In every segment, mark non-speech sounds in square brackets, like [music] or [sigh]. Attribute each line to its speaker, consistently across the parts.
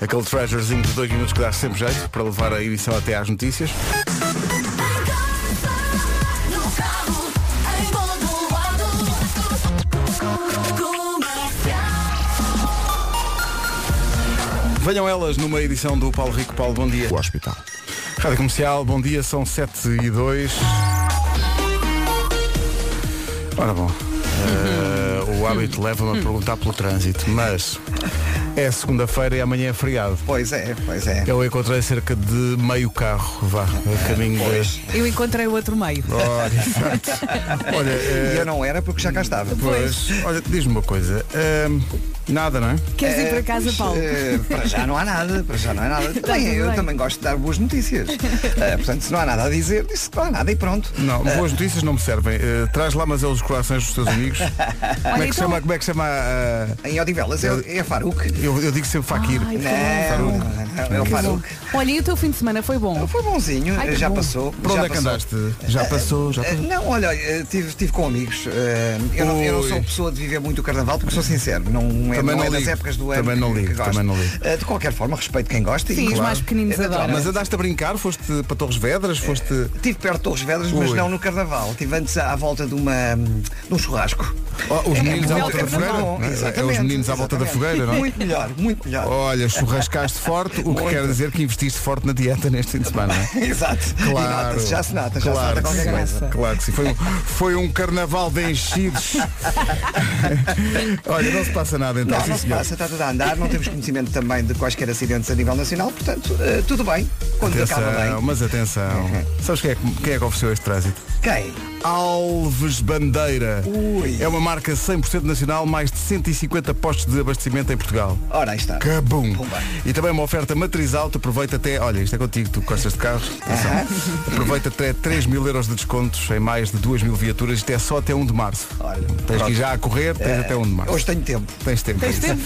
Speaker 1: Aquele treasurezinho de dois minutos que dá sempre jeito para levar a edição até às notícias. Venham elas numa edição do Paulo Rico. Paulo, bom dia.
Speaker 2: O hospital.
Speaker 1: Rádio Comercial, bom dia, são 7 e 2. Ora bom, eh, o hábito leva-me a perguntar pelo trânsito, mas é segunda-feira e amanhã é feriado.
Speaker 2: Pois é, pois é.
Speaker 1: Eu encontrei cerca de meio carro, vá, a caminho
Speaker 2: Pois.
Speaker 1: de...
Speaker 3: Eu encontrei o outro meio.
Speaker 1: Olha, exato. Olha, eh,
Speaker 2: E eu não era porque já cá estava.
Speaker 1: pois, olha, diz-me uma coisa. ehm, nada, não é?
Speaker 3: Queres ir para casa,
Speaker 2: Pois,
Speaker 3: Paulo? Tá
Speaker 2: eh, para já não há nada, para já não há
Speaker 3: [laughs]
Speaker 2: [laughs] nada. Também,
Speaker 3: tudo
Speaker 2: eu
Speaker 3: bem.
Speaker 2: também gosto de dar boas [laughs] notícias. Eh, portanto, se não há nada a dizer, disse que não há nada e pronto.
Speaker 1: Não, boas notícias não me servem. Eh, traz lá, mas é os croissants dos teus
Speaker 2: [laughs]
Speaker 1: amigos. como, é que
Speaker 3: então-
Speaker 1: chama, como é que chama a...
Speaker 2: Em Odivelas é, é Faruk.
Speaker 1: Eu, eu digo sempre Fakir.
Speaker 3: Ai,
Speaker 2: Não,
Speaker 3: Faruk.
Speaker 2: não, é o
Speaker 3: Que bom.
Speaker 2: Faruk.
Speaker 3: Olha, e o teu fim de semana foi bom?
Speaker 2: Foi bonzinho,
Speaker 3: Ai, que
Speaker 2: já
Speaker 3: bom.
Speaker 2: passou.
Speaker 1: Para
Speaker 2: já
Speaker 1: onde é que
Speaker 2: passou.
Speaker 1: andaste? Já passou, já
Speaker 2: Eh,
Speaker 1: passou.
Speaker 2: Não, olha, eh, tive, tive com amigos. eh, Eu não, eu não
Speaker 1: Ui.
Speaker 2: sou pessoa de viver muito o carnaval, porque sou sincero, não é,
Speaker 1: Também
Speaker 2: não
Speaker 1: não
Speaker 2: é das
Speaker 1: ligo.
Speaker 2: épocas do ano.
Speaker 1: Também não
Speaker 2: que-
Speaker 1: ligo,
Speaker 2: que gosto.
Speaker 1: também não ligo.
Speaker 2: Eh, De qualquer forma, respeito quem gosta
Speaker 3: Sim,
Speaker 2: e
Speaker 3: os mais pequeninos
Speaker 2: é natural.
Speaker 3: adoram.
Speaker 1: Mas andaste a brincar? Foste para Torres Vedras? Foste.
Speaker 2: Eh, Tive perto de Torres Vedras, mas
Speaker 1: Ui.
Speaker 2: não no Carnaval. Tive antes à volta de, uma, de um churrasco.
Speaker 1: Oh, os meninos à
Speaker 3: bom,
Speaker 1: volta
Speaker 3: é
Speaker 1: da fogueira?
Speaker 2: bom,
Speaker 1: não é? É os
Speaker 2: exatamente,
Speaker 1: meninos à volta da
Speaker 2: exatamente.
Speaker 1: fogueira, não é?
Speaker 2: Muito melhor, muito melhor.
Speaker 1: Olha, churrascaste forte, o que
Speaker 2: Muito.
Speaker 1: quer dizer que investiste forte na dieta neste fim de semana. não é?
Speaker 2: [laughs] Exato. E
Speaker 1: Claro.
Speaker 2: nota-se, já se nota, já se
Speaker 1: claro,
Speaker 2: nota
Speaker 1: que
Speaker 2: qualquer
Speaker 1: sim,
Speaker 2: coisa.
Speaker 1: Claro que sim. Foi um, foi um carnaval de enchidos.
Speaker 2: [laughs]
Speaker 1: Olha, não se passa nada então,
Speaker 2: Não,
Speaker 1: sim,
Speaker 2: não se
Speaker 1: senhor.
Speaker 2: passa, tá está tudo a andar, não temos conhecimento também de quaisquer acidentes a nível nacional, portanto, eh, tudo bem, quando acaba
Speaker 1: Atenção,
Speaker 2: bem.
Speaker 1: mas
Speaker 2: [laughs]
Speaker 1: atenção. Sabes quem é, que- quem é que ofereceu este trânsito?
Speaker 2: Quem?
Speaker 1: Alves Bandeira.
Speaker 2: Ui.
Speaker 1: É uma marca 100% nacional, mais de 150 postos de abastecimento em Portugal.
Speaker 2: Ora, aí está.
Speaker 1: Cabum!
Speaker 2: Pumba.
Speaker 1: E também uma oferta matriz alto, aproveita até, olha, isto é contigo, tu gostas de carros, atenção.
Speaker 3: [laughs]
Speaker 1: aproveita até 3 mil euros de descontos em mais de 2 mil viaturas, isto é só até 1 de março.
Speaker 2: Olha,
Speaker 1: tens que ir já a correr, tens até 1 de março.
Speaker 2: Eh, Hoje tenho tempo.
Speaker 1: Tens tempo.
Speaker 3: É.
Speaker 1: [laughs]
Speaker 3: Tens tempo?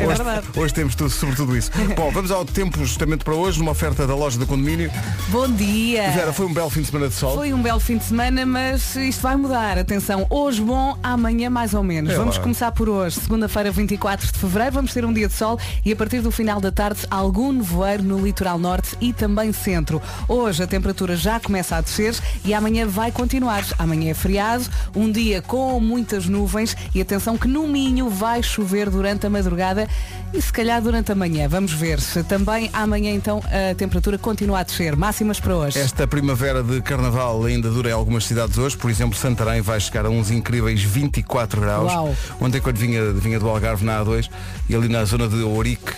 Speaker 3: É
Speaker 1: Hoje,
Speaker 3: verdade.
Speaker 1: hoje temos tudo, sobretudo
Speaker 3: [laughs]
Speaker 1: isso. Bom, vamos ao tempo justamente para hoje, numa oferta da loja do condomínio.
Speaker 3: Bom dia.
Speaker 1: Vera, foi um belo fim de semana de sol.
Speaker 3: Foi um belo fim de semana, mas isto vai mudar. Atenção, hoje bom, amanhã mais ou menos.
Speaker 1: É
Speaker 3: vamos
Speaker 1: lá.
Speaker 3: começar por hoje, segunda-feira, 24 de fevereiro. Vamos ter um dia de sol e a partir do final da tarde, algum nevoeiro no litoral norte e também centro. Hoje a temperatura já começa a descer e amanhã vai continuar. Amanhã é feriado, um dia com muitas nuvens e atenção que no Minho vai chover durante a madrugada e se calhar durante a manhã. Vamos ver se também amanhã então a temperatura continua a descer. Máximas para hoje.
Speaker 1: Esta primavera de carnaval ainda dura em algumas cidades hoje, por exemplo, Santarém vai chegar a uns incríveis 24 graus.
Speaker 3: Uau.
Speaker 1: Ontem quando vinha, vinha do Algarve na A2 e ali na zona de Ourique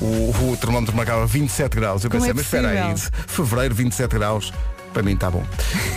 Speaker 1: o, o termómetro marcava 27 graus. Eu
Speaker 3: Como
Speaker 1: pensei,
Speaker 3: é
Speaker 1: mas espera aí,
Speaker 3: possível?"
Speaker 1: fevereiro 27 graus. Para mim
Speaker 3: [laughs]
Speaker 1: está bom.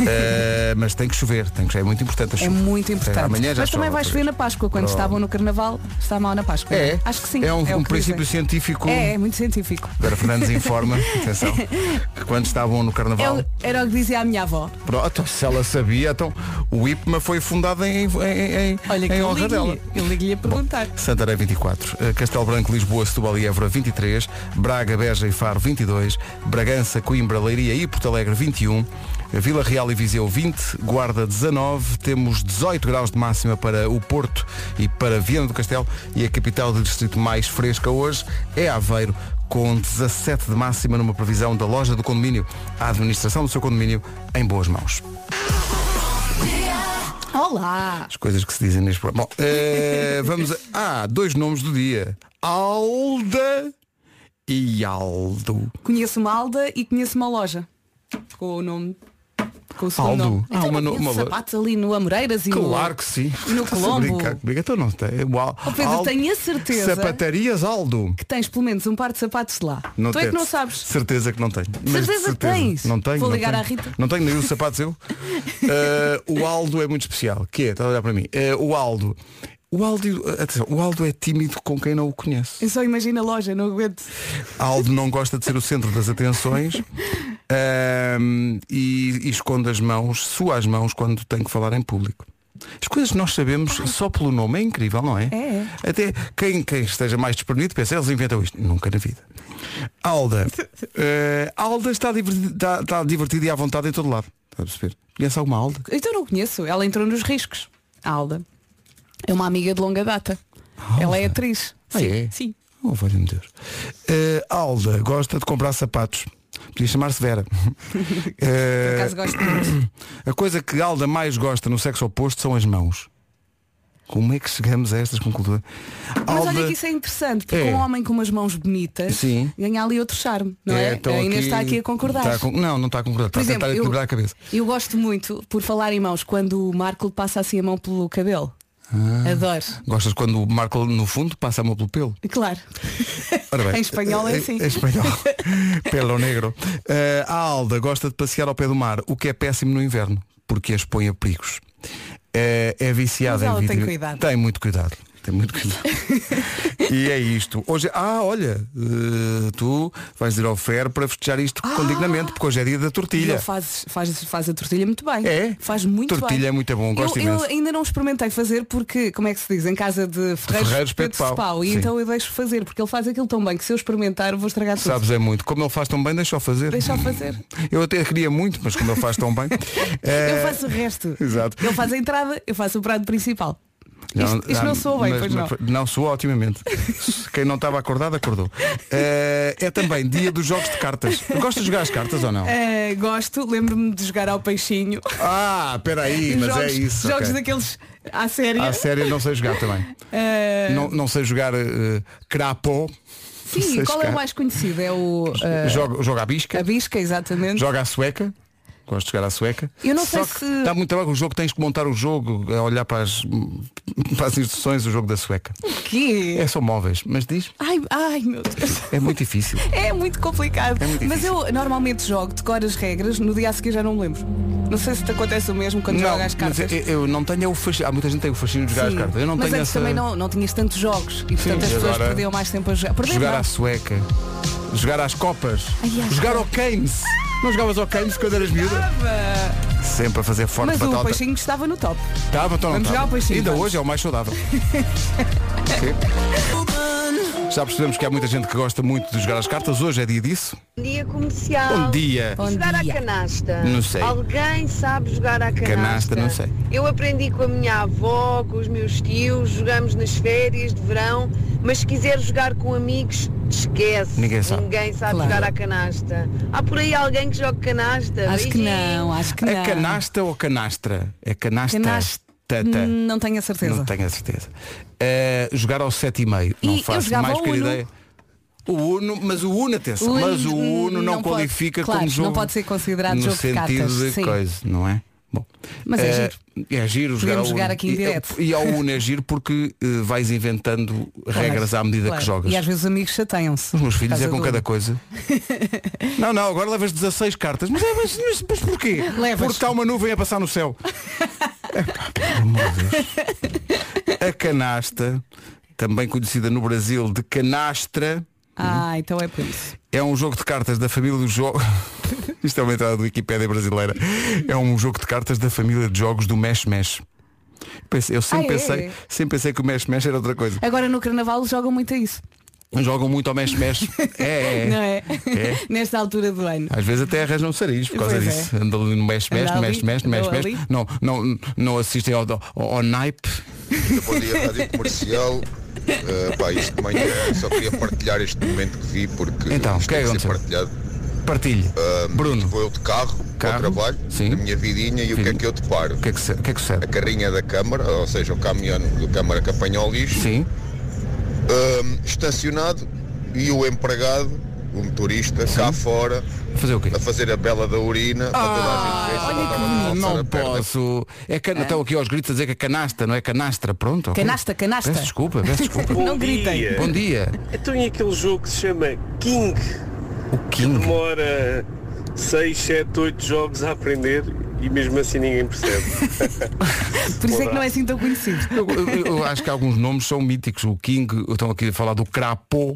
Speaker 1: Eh, mas tem que chover, tem que chover. É muito importante a
Speaker 3: É
Speaker 1: chuva.
Speaker 3: muito
Speaker 1: É,
Speaker 3: importante.
Speaker 1: amanhã já
Speaker 3: Mas também
Speaker 1: chove
Speaker 3: vai
Speaker 1: outra
Speaker 3: chover na
Speaker 1: vez. Oh,
Speaker 3: Páscoa. Quando estavam no Carnaval, está mal na Páscoa.
Speaker 1: É,
Speaker 3: Acho que sim.
Speaker 1: É um,
Speaker 3: o
Speaker 1: um
Speaker 3: que
Speaker 1: princípio
Speaker 3: dizem.
Speaker 1: científico.
Speaker 3: É, é muito científico.
Speaker 1: Vera Fernandes
Speaker 3: [laughs]
Speaker 1: informa, atenção, que quando estavam no
Speaker 3: É
Speaker 1: carnaval.
Speaker 3: o- era o que dizia a minha avó.
Speaker 1: Pronto, se ela sabia, então o IPMA foi fundado em, em, em,
Speaker 3: Olha que
Speaker 1: em
Speaker 3: eu
Speaker 1: É honra dela.
Speaker 3: ligo-lhe. Eu ligo-lhe a perguntar.
Speaker 1: Santarém 24, eh, Castelo Branco, Lisboa, Setúbal e Évora 23, Braga, Beja e Faro 22, Bragança, Coimbra, Leiria e Porto Alegre 21, Vila Real e Viseu 20, Guarda 19, temos 18 graus de máxima para o Porto e para Viana do Castelo e a capital do distrito mais fresca hoje é Aveiro com 17 de máxima numa previsão da loja do condomínio. A administração do seu condomínio em boas mãos.
Speaker 3: Olá!
Speaker 1: As coisas que se dizem neste programa. Bom, eh, vamos a... Ah, dois nomes do dia. Alda e Aldo.
Speaker 3: Conheço uma Alda e conheço uma loja. Com o nome. Com o segundo
Speaker 1: Aldo?
Speaker 3: nome.
Speaker 1: Ah,
Speaker 3: Então,
Speaker 1: uma
Speaker 3: eu
Speaker 1: no-
Speaker 3: conheço
Speaker 1: uma loja.
Speaker 3: sapatos ali no Amoreiras e no-
Speaker 1: Claro que sim. Tá
Speaker 3: E
Speaker 1: [laughs]
Speaker 3: no
Speaker 1: Estás a
Speaker 3: Colombo?
Speaker 1: brincar comigo? Então não tem. O Al-
Speaker 3: Oh, Pedro,
Speaker 1: Aldo-
Speaker 3: tenho a certeza
Speaker 1: Sapatarias Aldo.
Speaker 3: que tens pelo menos um par de sapatos de lá. tu é
Speaker 1: tenho.
Speaker 3: que não sabes.
Speaker 1: Certeza que não tenho. Mas
Speaker 3: Certeza que tens?
Speaker 1: Não tenho.
Speaker 3: Vou
Speaker 1: não
Speaker 3: ligar
Speaker 1: tenho.
Speaker 3: à Rita.
Speaker 1: Não tenho nem os sapatos
Speaker 3: [laughs]
Speaker 1: eu. Eh, o Aldo é muito especial. Que é? Está a olhar para mim. Eh, o Aldo. O Aldo, atenção, o Aldo é tímido com quem não o conhece.
Speaker 3: Eu só imagino a loja, não aguento.
Speaker 1: Aldo não gosta de ser o centro das atenções ahm, e, e esconde as mãos, sua as mãos quando tem que falar em público. As coisas que nós sabemos só pelo nome é incrível, não é?
Speaker 3: É.
Speaker 1: Até quem, quem esteja mais desprevenido pensa, eles inventam isto. Nunca na vida. Alda. [laughs] eh, Alda está divertida, está, está divertida e à vontade em todo lado. Está a perceber? Conhece alguma Alda?
Speaker 3: Então não conheço. Ela entrou nos riscos. A Alda. É uma amiga de longa data. Ela é atriz.
Speaker 1: Ah,
Speaker 3: sim,
Speaker 1: é?
Speaker 3: sim.
Speaker 1: Oh, valha-me Deus. Eh, Alda gosta de comprar sapatos. Podia chamar-se
Speaker 3: [laughs]
Speaker 1: Vera. Eh,
Speaker 3: Por acaso gosto muito.
Speaker 1: [clears throat] a coisa que Alda mais gosta no sexo oposto são as mãos. Como é que chegamos a estas conclusões?
Speaker 3: Mas olha que isso é interessante, porque
Speaker 1: É.
Speaker 3: um homem com umas mãos bonitas
Speaker 1: Sim.
Speaker 3: ganha ali outro charme, não é?
Speaker 1: estou
Speaker 3: a Inês está aqui a concordar.
Speaker 1: está a con- Não, não está a concordar. Está tá a tentar equilibrar a cabeça.
Speaker 3: eu gosto muito, por falar em mãos, quando o Marco lhe passa assim a mão pelo cabelo. Adoro.
Speaker 1: Ah, Gostas quando o Marco, no fundo, passa a mão pelo pelo?
Speaker 3: Claro.
Speaker 1: Ora bem,
Speaker 3: Em espanhol é
Speaker 1: eh,
Speaker 3: assim.
Speaker 1: Em espanhol. [laughs] Pelo negro. Eh, a Alda gosta de passear ao pé do mar, o que é péssimo no inverno, porque a expõe a perigos. Eh, é viciada
Speaker 3: Mas ela
Speaker 1: em
Speaker 3: tem
Speaker 1: vídeo.
Speaker 3: cuidado.
Speaker 1: Tem muito cuidado. Tem muito
Speaker 3: [laughs]
Speaker 1: cuidado. e é isto. Hoje, ah, olha, eh, tu vais ir ao Fer para festejar isto condignamente, porque hoje é dia da
Speaker 3: Ah! E
Speaker 1: tortilha.
Speaker 3: Ele faz, faz, faz a tortilha muito bem.
Speaker 1: É?
Speaker 3: Faz muito bem.
Speaker 1: Tortilha é muito bom, gosto
Speaker 3: eu,
Speaker 1: imenso.
Speaker 3: eu ainda não experimentei fazer porque, como é que se diz? Em casa de Ferreiros,
Speaker 1: Ferreiros, pé de
Speaker 3: pede-se
Speaker 1: pau.
Speaker 3: E
Speaker 1: Sim.
Speaker 3: então eu deixo fazer, porque ele faz aquilo tão bem que se eu experimentar eu vou estragar tudo.
Speaker 1: Sabes, é muito. Como ele faz tão bem, deixa-o fazer.
Speaker 3: Deixa eu fazer.
Speaker 1: Eu até queria muito, mas como ele faz tão bem. eh,
Speaker 3: [laughs] Eu faço o resto.
Speaker 1: Exato.
Speaker 3: Ele faz a entrada, eu faço o prato principal. Isto, isto
Speaker 1: ah,
Speaker 3: não soa bem,
Speaker 1: mas-
Speaker 3: pois não.
Speaker 1: mas- Não soa
Speaker 3: [laughs]
Speaker 1: otimamente. Quem não estava acordado, acordou. Eh, é também dia dos jogos de cartas. Gosta de jogar as cartas ou não?
Speaker 3: Eh, gosto, lembro-me de jogar ao peixinho.
Speaker 1: Ah,
Speaker 3: [laughs]
Speaker 1: peraí, mas
Speaker 3: jogos,
Speaker 1: é isso.
Speaker 3: Jogos
Speaker 1: ok.
Speaker 3: daqueles à série.
Speaker 1: À série não sei jogar também.
Speaker 3: Eh,
Speaker 1: Não, não sei jogar eh, crapo. não [laughs]
Speaker 3: sim,
Speaker 1: sei
Speaker 3: qual é
Speaker 1: jogar.
Speaker 3: o mais conhecido? É o eh,
Speaker 1: Joga, joga à bisca,
Speaker 3: a bisca, exatamente.
Speaker 1: joga à sueca. Gosto de jogar à sueca.
Speaker 3: Eu não sei
Speaker 1: Só que
Speaker 3: se-
Speaker 1: Dá muito trabalho o jogo, tens que montar o jogo, a olhar para as, [laughs] para as instruções, o jogo da sueca.
Speaker 3: Que?
Speaker 1: É só móveis, mas diz,
Speaker 3: Ai, ai, meu Deus.
Speaker 1: é muito difícil.
Speaker 3: É muito complicado.
Speaker 1: muito
Speaker 3: Mas eu normalmente jogo, decoro as regras, no dia a seguir já não me lembro. Não sei se te acontece o mesmo quando
Speaker 1: Não,
Speaker 3: jogas
Speaker 1: mas
Speaker 3: cartas.
Speaker 1: eu, eu não tenho o fascínio. Há muita gente que tem o fascínio de jogar
Speaker 3: Sim,
Speaker 1: as cartas. Eu não
Speaker 3: mas
Speaker 1: tenho
Speaker 3: antes
Speaker 1: essa.
Speaker 3: também não, não tinhas tantos jogos e portanto as pessoas
Speaker 1: agora-
Speaker 3: perdiam mais tempo a jogar. Perder
Speaker 1: Jogar
Speaker 3: não.
Speaker 1: à sueca, jogar às copas,
Speaker 3: Ai, ai.
Speaker 1: jogar ao Keynes. Não jogavas ao Keynes quando eras miúda?
Speaker 3: Estava.
Speaker 1: Sempre a fazer forte
Speaker 3: Mas o
Speaker 1: batota.
Speaker 3: peixinho estava no top.
Speaker 1: Estava, então não
Speaker 3: Vamos
Speaker 1: estava.
Speaker 3: jogar ao peixinho,
Speaker 1: Ainda
Speaker 3: vamos.
Speaker 1: hoje é o mais
Speaker 3: [laughs]
Speaker 1: saudável. Sim. Já percebemos que há muita gente que gosta muito de jogar às cartas. Hoje é dia disso.
Speaker 4: Bom dia comercial.
Speaker 1: Bom dia.
Speaker 3: Bom
Speaker 4: Jogar à
Speaker 3: dia.
Speaker 4: canasta.
Speaker 1: Não sei.
Speaker 4: Alguém sabe jogar à canasta?
Speaker 1: Canasta, não sei.
Speaker 4: Eu aprendi com a minha avó, com os meus tios, jogamos nas férias de verão, mas se quiser jogar com amigos, esquece.
Speaker 1: Ninguém sabe.
Speaker 4: Ninguém sabe
Speaker 3: Claro.
Speaker 4: jogar à canasta. Há por aí alguém que joga canasta?
Speaker 3: Acho que
Speaker 4: Beijinhos.
Speaker 3: não, acho que não.
Speaker 1: É canasta ou canastra? É canasta.
Speaker 3: Canasta.
Speaker 1: Tata.
Speaker 3: Não tenho a certeza.
Speaker 1: Não tenho a certeza. Eh, jogar ao 7,5. Não
Speaker 3: E eu
Speaker 1: faço
Speaker 3: jogava
Speaker 1: mais
Speaker 3: ao
Speaker 1: que
Speaker 3: Uno.
Speaker 1: ideia. O Uno, mas o Uno, atenção,
Speaker 3: O
Speaker 1: mas o
Speaker 3: Uno
Speaker 1: Uno não,
Speaker 3: não pode-
Speaker 1: qualifica
Speaker 3: claro,
Speaker 1: como
Speaker 3: não
Speaker 1: jogo.
Speaker 3: pode ser considerado
Speaker 1: no
Speaker 3: jogo de
Speaker 1: sentido
Speaker 3: cartas,
Speaker 1: de
Speaker 3: sim.
Speaker 1: coisa, não é? Bom,
Speaker 3: Mas é
Speaker 1: eh, é giro jogar ao
Speaker 3: Podemos
Speaker 1: Uno.
Speaker 3: jogar aqui em
Speaker 1: E-
Speaker 3: direto.
Speaker 1: E, ao Uno é giro porque eh, vais inventando regras à medida
Speaker 3: Claro.
Speaker 1: que jogas.
Speaker 3: E às vezes os amigos chateiam-se.
Speaker 1: Os meus
Speaker 3: por
Speaker 1: filhos é
Speaker 3: causa
Speaker 1: com
Speaker 3: do-
Speaker 1: cada
Speaker 3: [laughs]
Speaker 1: coisa. não, não, agora levas 16 cartas. Mas, é, mas, mas, mas porquê?
Speaker 3: Levas.
Speaker 1: Porque está uma nuvem a passar no céu. É, pá, pelo amor de Deus. um- A canasta, também conhecida no Brasil de canastra,
Speaker 3: Ah, então é por isso.
Speaker 1: é um jogo de cartas da família do jogo. [laughs] Isto é uma entrada do Wikipédia brasileira. É um jogo de cartas da família de jogos do Mesh Mesh. Pense- Eu sempre,
Speaker 3: Ah, é?
Speaker 1: pensei, sempre pensei que o Mesh Mesh era outra coisa.
Speaker 3: Agora no carnaval jogam muito a isso.
Speaker 1: Jogam muito ao Mesh
Speaker 3: [laughs]
Speaker 1: Mesh. É, é.
Speaker 3: Não é?
Speaker 1: É.
Speaker 3: [laughs] Nesta altura do ano.
Speaker 1: Às vezes até arranjam sarilhos por causa
Speaker 3: Pois
Speaker 1: disso. Andam ali no mexe,
Speaker 3: Anda
Speaker 1: mexe,
Speaker 3: ali,
Speaker 1: mexe, mexe, mexe,
Speaker 3: andam
Speaker 1: mexe.
Speaker 3: ali.
Speaker 1: Não, não, não assistem ao, ao, ao naipe.
Speaker 5: Bom dia, Rádio Comercial. Uh, pá, isto de manhã só queria partilhar este momento que vi porque
Speaker 1: Então, o
Speaker 5: isto
Speaker 1: que é
Speaker 5: tem
Speaker 1: que
Speaker 5: que ser
Speaker 1: aconteceu?
Speaker 5: partilhado.
Speaker 1: Partilhe.
Speaker 5: Ah,
Speaker 1: Bruno,
Speaker 5: Vou eu de carro,
Speaker 1: Carro,
Speaker 5: ao trabalho,
Speaker 1: sim.
Speaker 5: na minha vidinha e o que é
Speaker 1: Sim.
Speaker 5: que eu deparo?
Speaker 1: o que é que, se- o que, é que
Speaker 5: A
Speaker 1: sucede?
Speaker 5: carrinha da Câmara, ou seja, o caminhão do Câmara que apanha o lixo,
Speaker 1: Sim.
Speaker 5: ah, estacionado e o empregado, o motorista, cá fora,
Speaker 1: Fazer o quê? Ah,
Speaker 5: a fazer a bela da urina para toda a gente ver se
Speaker 1: olha
Speaker 5: não
Speaker 1: que
Speaker 5: estava a
Speaker 1: não,
Speaker 5: alçar a perna.
Speaker 1: posso. É can... Estão aqui aos gritos a dizer que é canasta, não é canastra, pronto. ok.
Speaker 3: Canasta, canasta.
Speaker 1: Peço desculpa, peço
Speaker 6: [laughs]
Speaker 1: desculpa.
Speaker 6: Bom
Speaker 3: [laughs] Não gritem.
Speaker 6: dia.
Speaker 1: Bom dia.
Speaker 6: Então e aquele jogo que se chama King,
Speaker 1: O King.
Speaker 6: demora 6, 7, 8 jogos a aprender e mesmo assim ninguém percebe.
Speaker 3: [laughs] Por isso é que não é assim tão conhecido.
Speaker 1: Eu, eu- eu acho que alguns nomes são míticos. O King, estão aqui a falar do Crapo.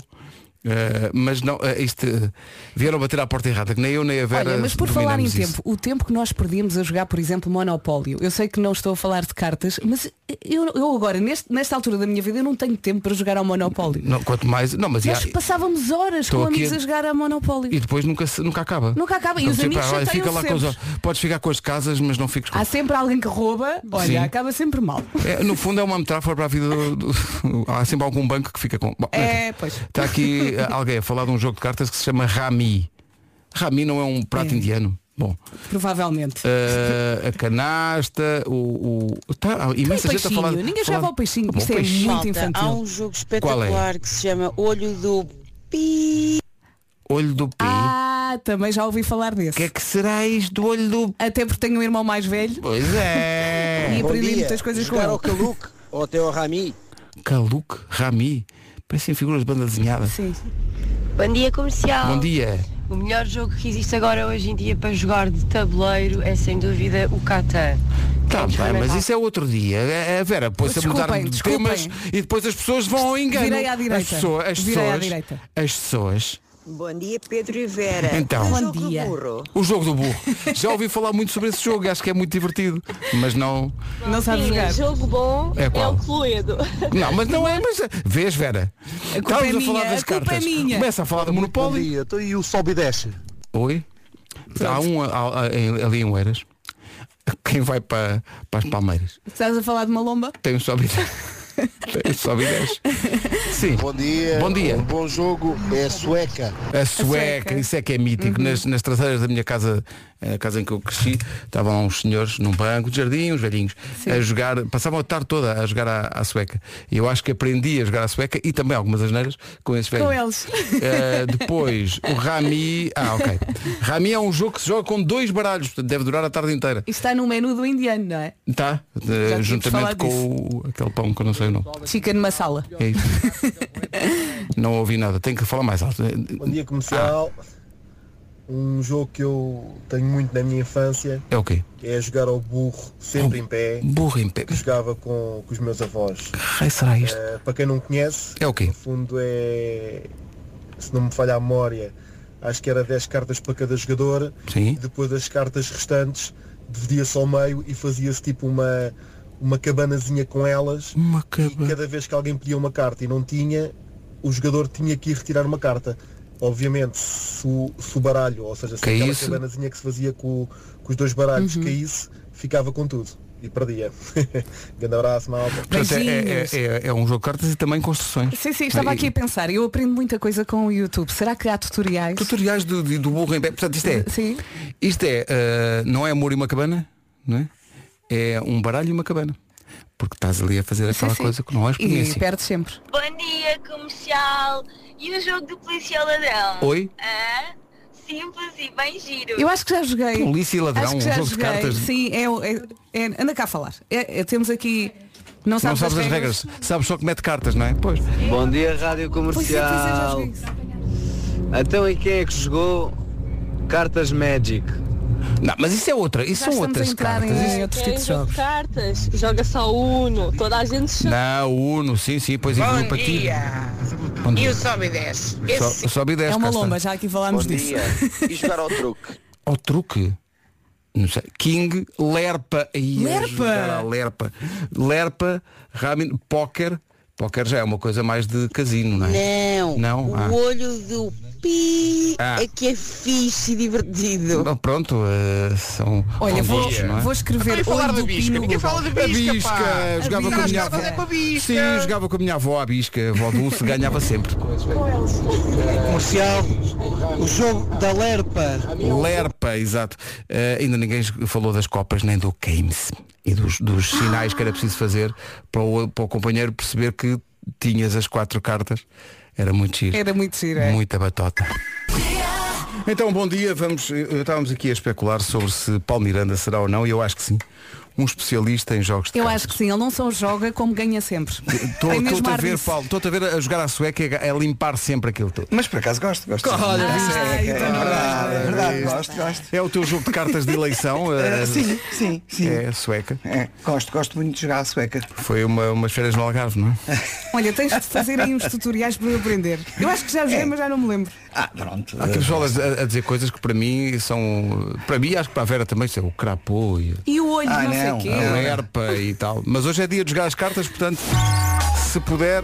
Speaker 1: Eh, mas não, eh, isto, eh, vieram bater à porta errada, que nem eu nem a Vera
Speaker 3: [laughs] Olha, mas por falar em
Speaker 1: dominamos isso.
Speaker 3: tempo, o tempo que nós perdíamos a jogar, por exemplo, Monopólio, eu sei que não estou a falar de cartas, mas eu, eu agora, neste- nesta altura da minha vida, eu não tenho tempo para jogar ao Monopólio.
Speaker 1: Não, quanto mais. Não, mas
Speaker 3: Nós
Speaker 1: e há-
Speaker 3: passávamos horas
Speaker 1: Estou
Speaker 3: com
Speaker 1: aqui
Speaker 3: amigos
Speaker 1: a-
Speaker 3: a jogar ao Monopólio.
Speaker 1: E depois nunca, se- nunca acaba.
Speaker 3: Nunca acaba. E
Speaker 1: Então,
Speaker 3: os
Speaker 1: tipo,
Speaker 3: amigos
Speaker 1: ah, olha, fica lá
Speaker 3: chateiam-se
Speaker 1: com os-
Speaker 3: sempre. Ah.
Speaker 1: Podes ficar com as casas, mas não fiques com.
Speaker 3: Há sempre alguém que rouba, olha,
Speaker 1: Sim.
Speaker 3: acaba sempre mal.
Speaker 1: É, no fundo é uma metáfora para a vida do, [laughs] do- Há sempre algum banco que fica com. Bom,
Speaker 3: É, pois.
Speaker 1: Está aqui eh, alguém a falar de um jogo de cartas que se chama Rami. Rami não é um prato
Speaker 3: É.
Speaker 1: indiano. Bom,
Speaker 3: Provavelmente.
Speaker 1: eh, a canasta, o. o tá, há imensa gente a
Speaker 3: peixinho.
Speaker 1: falar.
Speaker 3: Ninguém
Speaker 1: falar-
Speaker 3: jogava ao peixinho.
Speaker 1: Bom,
Speaker 3: Isto é
Speaker 1: peixe.
Speaker 3: muito
Speaker 7: Malta,
Speaker 3: infantil.
Speaker 7: há um jogo
Speaker 1: Qual é?
Speaker 7: espetacular que se chama Olho do
Speaker 1: Olho do pi.
Speaker 3: Ah, também já ouvi falar
Speaker 1: O
Speaker 3: desse.
Speaker 1: que é que será isto do olho do
Speaker 3: Até porque tenho um irmão mais velho
Speaker 1: Pois é.
Speaker 3: e aprendi muitas coisas com ele.
Speaker 8: Caluque ou até ao Rami.
Speaker 1: Kaluk, Rami. Parecem figuras de banda desenhada.
Speaker 3: Sim.
Speaker 9: Bom dia comercial.
Speaker 1: Bom dia.
Speaker 9: O melhor jogo que existe agora hoje em dia para jogar de tabuleiro é sem dúvida o Catan.
Speaker 1: Tá bem,
Speaker 9: Tem que
Speaker 1: mas
Speaker 9: experimentar.
Speaker 1: isso é outro dia. É, é, Vera, depois a mudar
Speaker 3: Desculpem,
Speaker 1: de
Speaker 3: desculpem.
Speaker 1: temas e depois as pessoas vão ao engano.
Speaker 3: Virei à direita.
Speaker 1: As pessoas, as
Speaker 3: Virei à
Speaker 1: pessoas,
Speaker 3: direita.
Speaker 1: as pessoas.
Speaker 7: Bom dia, Pedro e Vera.
Speaker 1: Então.
Speaker 3: Bom dia.
Speaker 1: O jogo do burro. Já ouvi falar muito sobre esse jogo, acho que é muito divertido. Mas não.
Speaker 3: Não sabe
Speaker 4: Sim,
Speaker 3: jogar.
Speaker 4: jogo bom
Speaker 1: É qual?
Speaker 4: o Cluedo.
Speaker 1: Não, mas não é, mas. Vês, Vera?
Speaker 3: culpa
Speaker 1: Estávamos
Speaker 3: é
Speaker 1: a falar
Speaker 3: minha,
Speaker 1: das
Speaker 3: a culpa é
Speaker 1: cartas.
Speaker 3: minha.
Speaker 1: Começa a falar do Monopólio.
Speaker 8: dia. Então e o Sobe e desce?
Speaker 1: Oi? Há um a- a- em- ali em Oeiras. Quem vai para, para as Palmeiras?
Speaker 3: Estás a falar de uma lomba?
Speaker 1: Tem um sobe e
Speaker 3: [laughs]
Speaker 1: desce. Tem um sobe e desce. Sim.
Speaker 8: Bom dia.
Speaker 1: Bom dia.
Speaker 8: Um bom jogo é sueca.
Speaker 1: A sueca,
Speaker 3: sueca. Uhum.
Speaker 1: isso é que é mítico. Nas, nas traseiras da minha casa, eh, a casa em que eu cresci, estavam lá uns senhores num banco de jardim, uns velhinhos, a jogar, passavam a tarde toda a jogar à, à sueca. E eu acho que aprendi a jogar à sueca e também algumas asneiras com esses velhos.
Speaker 3: Com eles.
Speaker 1: Eh, depois, o Rami. Ah, ok. Rami é um jogo que se joga com dois baralhos, portanto deve durar a tarde inteira.
Speaker 3: Isto está no menu do indiano, não é?
Speaker 1: Tá? Eh,
Speaker 3: tínhamos
Speaker 1: juntamente
Speaker 3: falado
Speaker 1: com o- aquele pão que eu não sei o nome.
Speaker 3: Chica numa sala.
Speaker 1: É
Speaker 3: [laughs]
Speaker 1: isso. não ouvi nada. Tenho que falar mais alto. É,
Speaker 8: Bom dia comercial.
Speaker 1: Ah.
Speaker 8: Um jogo que eu tenho muito na minha infância
Speaker 1: É o quê?
Speaker 8: é jogar ao burro, sempre em pé,
Speaker 1: Oh, Burro em pé.
Speaker 8: que jogava com, com os meus avós.
Speaker 1: Ai, será isto?
Speaker 8: Eh, para quem não conhece,
Speaker 1: É o quê?
Speaker 8: no fundo é, se não me falha a memória, acho que era 10 cartas para cada jogador
Speaker 1: Sim.
Speaker 8: e depois das cartas restantes dividia-se ao meio e fazia-se tipo uma, uma cabanazinha com elas
Speaker 1: Uma
Speaker 8: e
Speaker 1: cabana.
Speaker 8: cada vez que alguém pedia uma carta e não tinha, o jogador tinha que ir retirar uma carta. Obviamente, se o, se o baralho, ou seja, se
Speaker 1: Que é
Speaker 8: aquela
Speaker 1: isso? Uhum.
Speaker 8: cabanazinha que se fazia com, com os dois baralhos caísse, ficava com tudo e perdia. [laughs] Grande abraço, malta.
Speaker 1: Portanto, é, é,
Speaker 3: Beijinhos.
Speaker 1: é- é um jogo de cartas e também construções.
Speaker 3: Sim, sim, estava
Speaker 1: E-
Speaker 3: aqui a pensar. Eu aprendo muita coisa com o YouTube. Será que há tutoriais?
Speaker 1: Tutoriais do, de- do burro em pé. Portanto, isto é.
Speaker 3: Sim.
Speaker 1: Isto é. ah, não é amor e uma cabana, não é? É um baralho e uma cabana. Porque estás ali a fazer aquela
Speaker 3: Sim, sim.
Speaker 1: coisa que não é
Speaker 3: E
Speaker 1: experiência.
Speaker 3: perde sempre.
Speaker 9: Bom dia, comercial. E o jogo do policial ladrão?
Speaker 1: Oi?
Speaker 9: Hã? Simples e bem giro.
Speaker 3: Eu acho que já joguei.
Speaker 1: Polícia e ladrão,
Speaker 3: Acho
Speaker 1: um
Speaker 3: que já
Speaker 1: jogo de
Speaker 3: joguei.
Speaker 1: cartas.
Speaker 3: Sim, é, é- é- anda cá a falar. É- é- temos aqui. Não
Speaker 1: Não
Speaker 3: sabes,
Speaker 1: sabes as regras. Sabes só que mete cartas, não é? Pois.
Speaker 8: Bom dia, Rádio
Speaker 3: Pois é, pois é, já joguei isso.
Speaker 8: Então e quem é que jogou cartas Magic?
Speaker 1: Não, mas isso é outra. Isso
Speaker 3: Já
Speaker 1: são
Speaker 3: estamos a
Speaker 1: outras
Speaker 3: entrar em-
Speaker 1: cartas. Isso- é tipo
Speaker 3: Sim, outros
Speaker 4: Querem
Speaker 3: tipos de
Speaker 4: jogo
Speaker 3: jogos.
Speaker 4: de cartas? Joga só Uno. Toda a gente chama.
Speaker 1: Não, Uno, sim, sim, pois inclui para ti. Bom dia.
Speaker 7: Sobe e desce.
Speaker 1: So- Sobe e desce,
Speaker 3: É uma
Speaker 1: cá está.
Speaker 3: lomba, já aqui falámos disso.
Speaker 8: E jogar
Speaker 1: [laughs]
Speaker 8: ao truque?
Speaker 1: Ao truque. Não sei. King, Lerpa. Ia
Speaker 3: Lerpa.
Speaker 1: jogar à Lerpa. Lerpa, Ramin, Póquer. Póquer já é uma coisa mais de casino, não é?
Speaker 7: Não,
Speaker 1: Não,
Speaker 7: o
Speaker 1: ah.
Speaker 7: olho do pi
Speaker 1: Ah.
Speaker 7: é que é fixe e divertido.
Speaker 1: Bom, Pronto, eh, são
Speaker 3: Olha, vou,
Speaker 1: convosco, não é?
Speaker 3: vou escrever olho do Pi no Google.
Speaker 7: de
Speaker 1: A bisca, jogava
Speaker 3: bisca.
Speaker 1: com a minha
Speaker 3: Ah,
Speaker 1: avó.
Speaker 3: jogava com
Speaker 1: Sim, jogava com a minha avó à bisca. A avó do Dulce ganhava sempre.
Speaker 8: Comercial, o jogo da Lerpa.
Speaker 1: Lerpa, exato. Eh, ainda ninguém falou das copas nem do games e dos, dos sinais que era preciso fazer para o, para o companheiro perceber que tinhas as quatro cartas. Era muito giro.
Speaker 3: Era muito giro, é?
Speaker 1: Muita batota. eh, Então, bom dia. Vamos, eu- estávamos aqui a especular sobre se Paulo Miranda será ou não, e eu acho que sim. um especialista em jogos de
Speaker 3: Eu
Speaker 1: cartas.
Speaker 3: acho que sim, ele não só joga como ganha sempre.
Speaker 1: Estou
Speaker 3: Tem mesmo
Speaker 1: estou-te a
Speaker 3: ar
Speaker 1: ver,
Speaker 3: disso.
Speaker 1: Paulo, estou-te a ver a jogar à sueca é, é limpar sempre aquilo tudo.
Speaker 2: Mas por acaso gosto, gosto.
Speaker 1: Olha,
Speaker 2: Sim,
Speaker 1: viste?
Speaker 2: é, é
Speaker 3: então não
Speaker 2: verdade, é verdade, gosto, gosto.
Speaker 1: É o teu jogo de cartas de eleição?
Speaker 2: [laughs] Eh,
Speaker 1: eh,
Speaker 2: sim, sim, sim.
Speaker 1: É sueca.
Speaker 2: É, gosto, gosto muito de jogar à sueca.
Speaker 1: Foi uma, umas férias no Algarve,
Speaker 2: [laughs]
Speaker 1: não é?
Speaker 3: Olha, tens de fazer aí uns tutoriais para eu aprender. Eu acho que já
Speaker 1: É.
Speaker 3: vi, mas já não me lembro.
Speaker 2: Ah, pronto.
Speaker 1: Há aqui pessoal a, a dizer coisas que para mim são. Para mim, acho que para a Vera também, sei, lá, o crapô e
Speaker 3: E o olho,
Speaker 2: Ah,
Speaker 3: não, sei
Speaker 2: não.
Speaker 3: o quê.
Speaker 1: a lerpa e tal. Mas hoje é dia de jogar as cartas, portanto, se puder,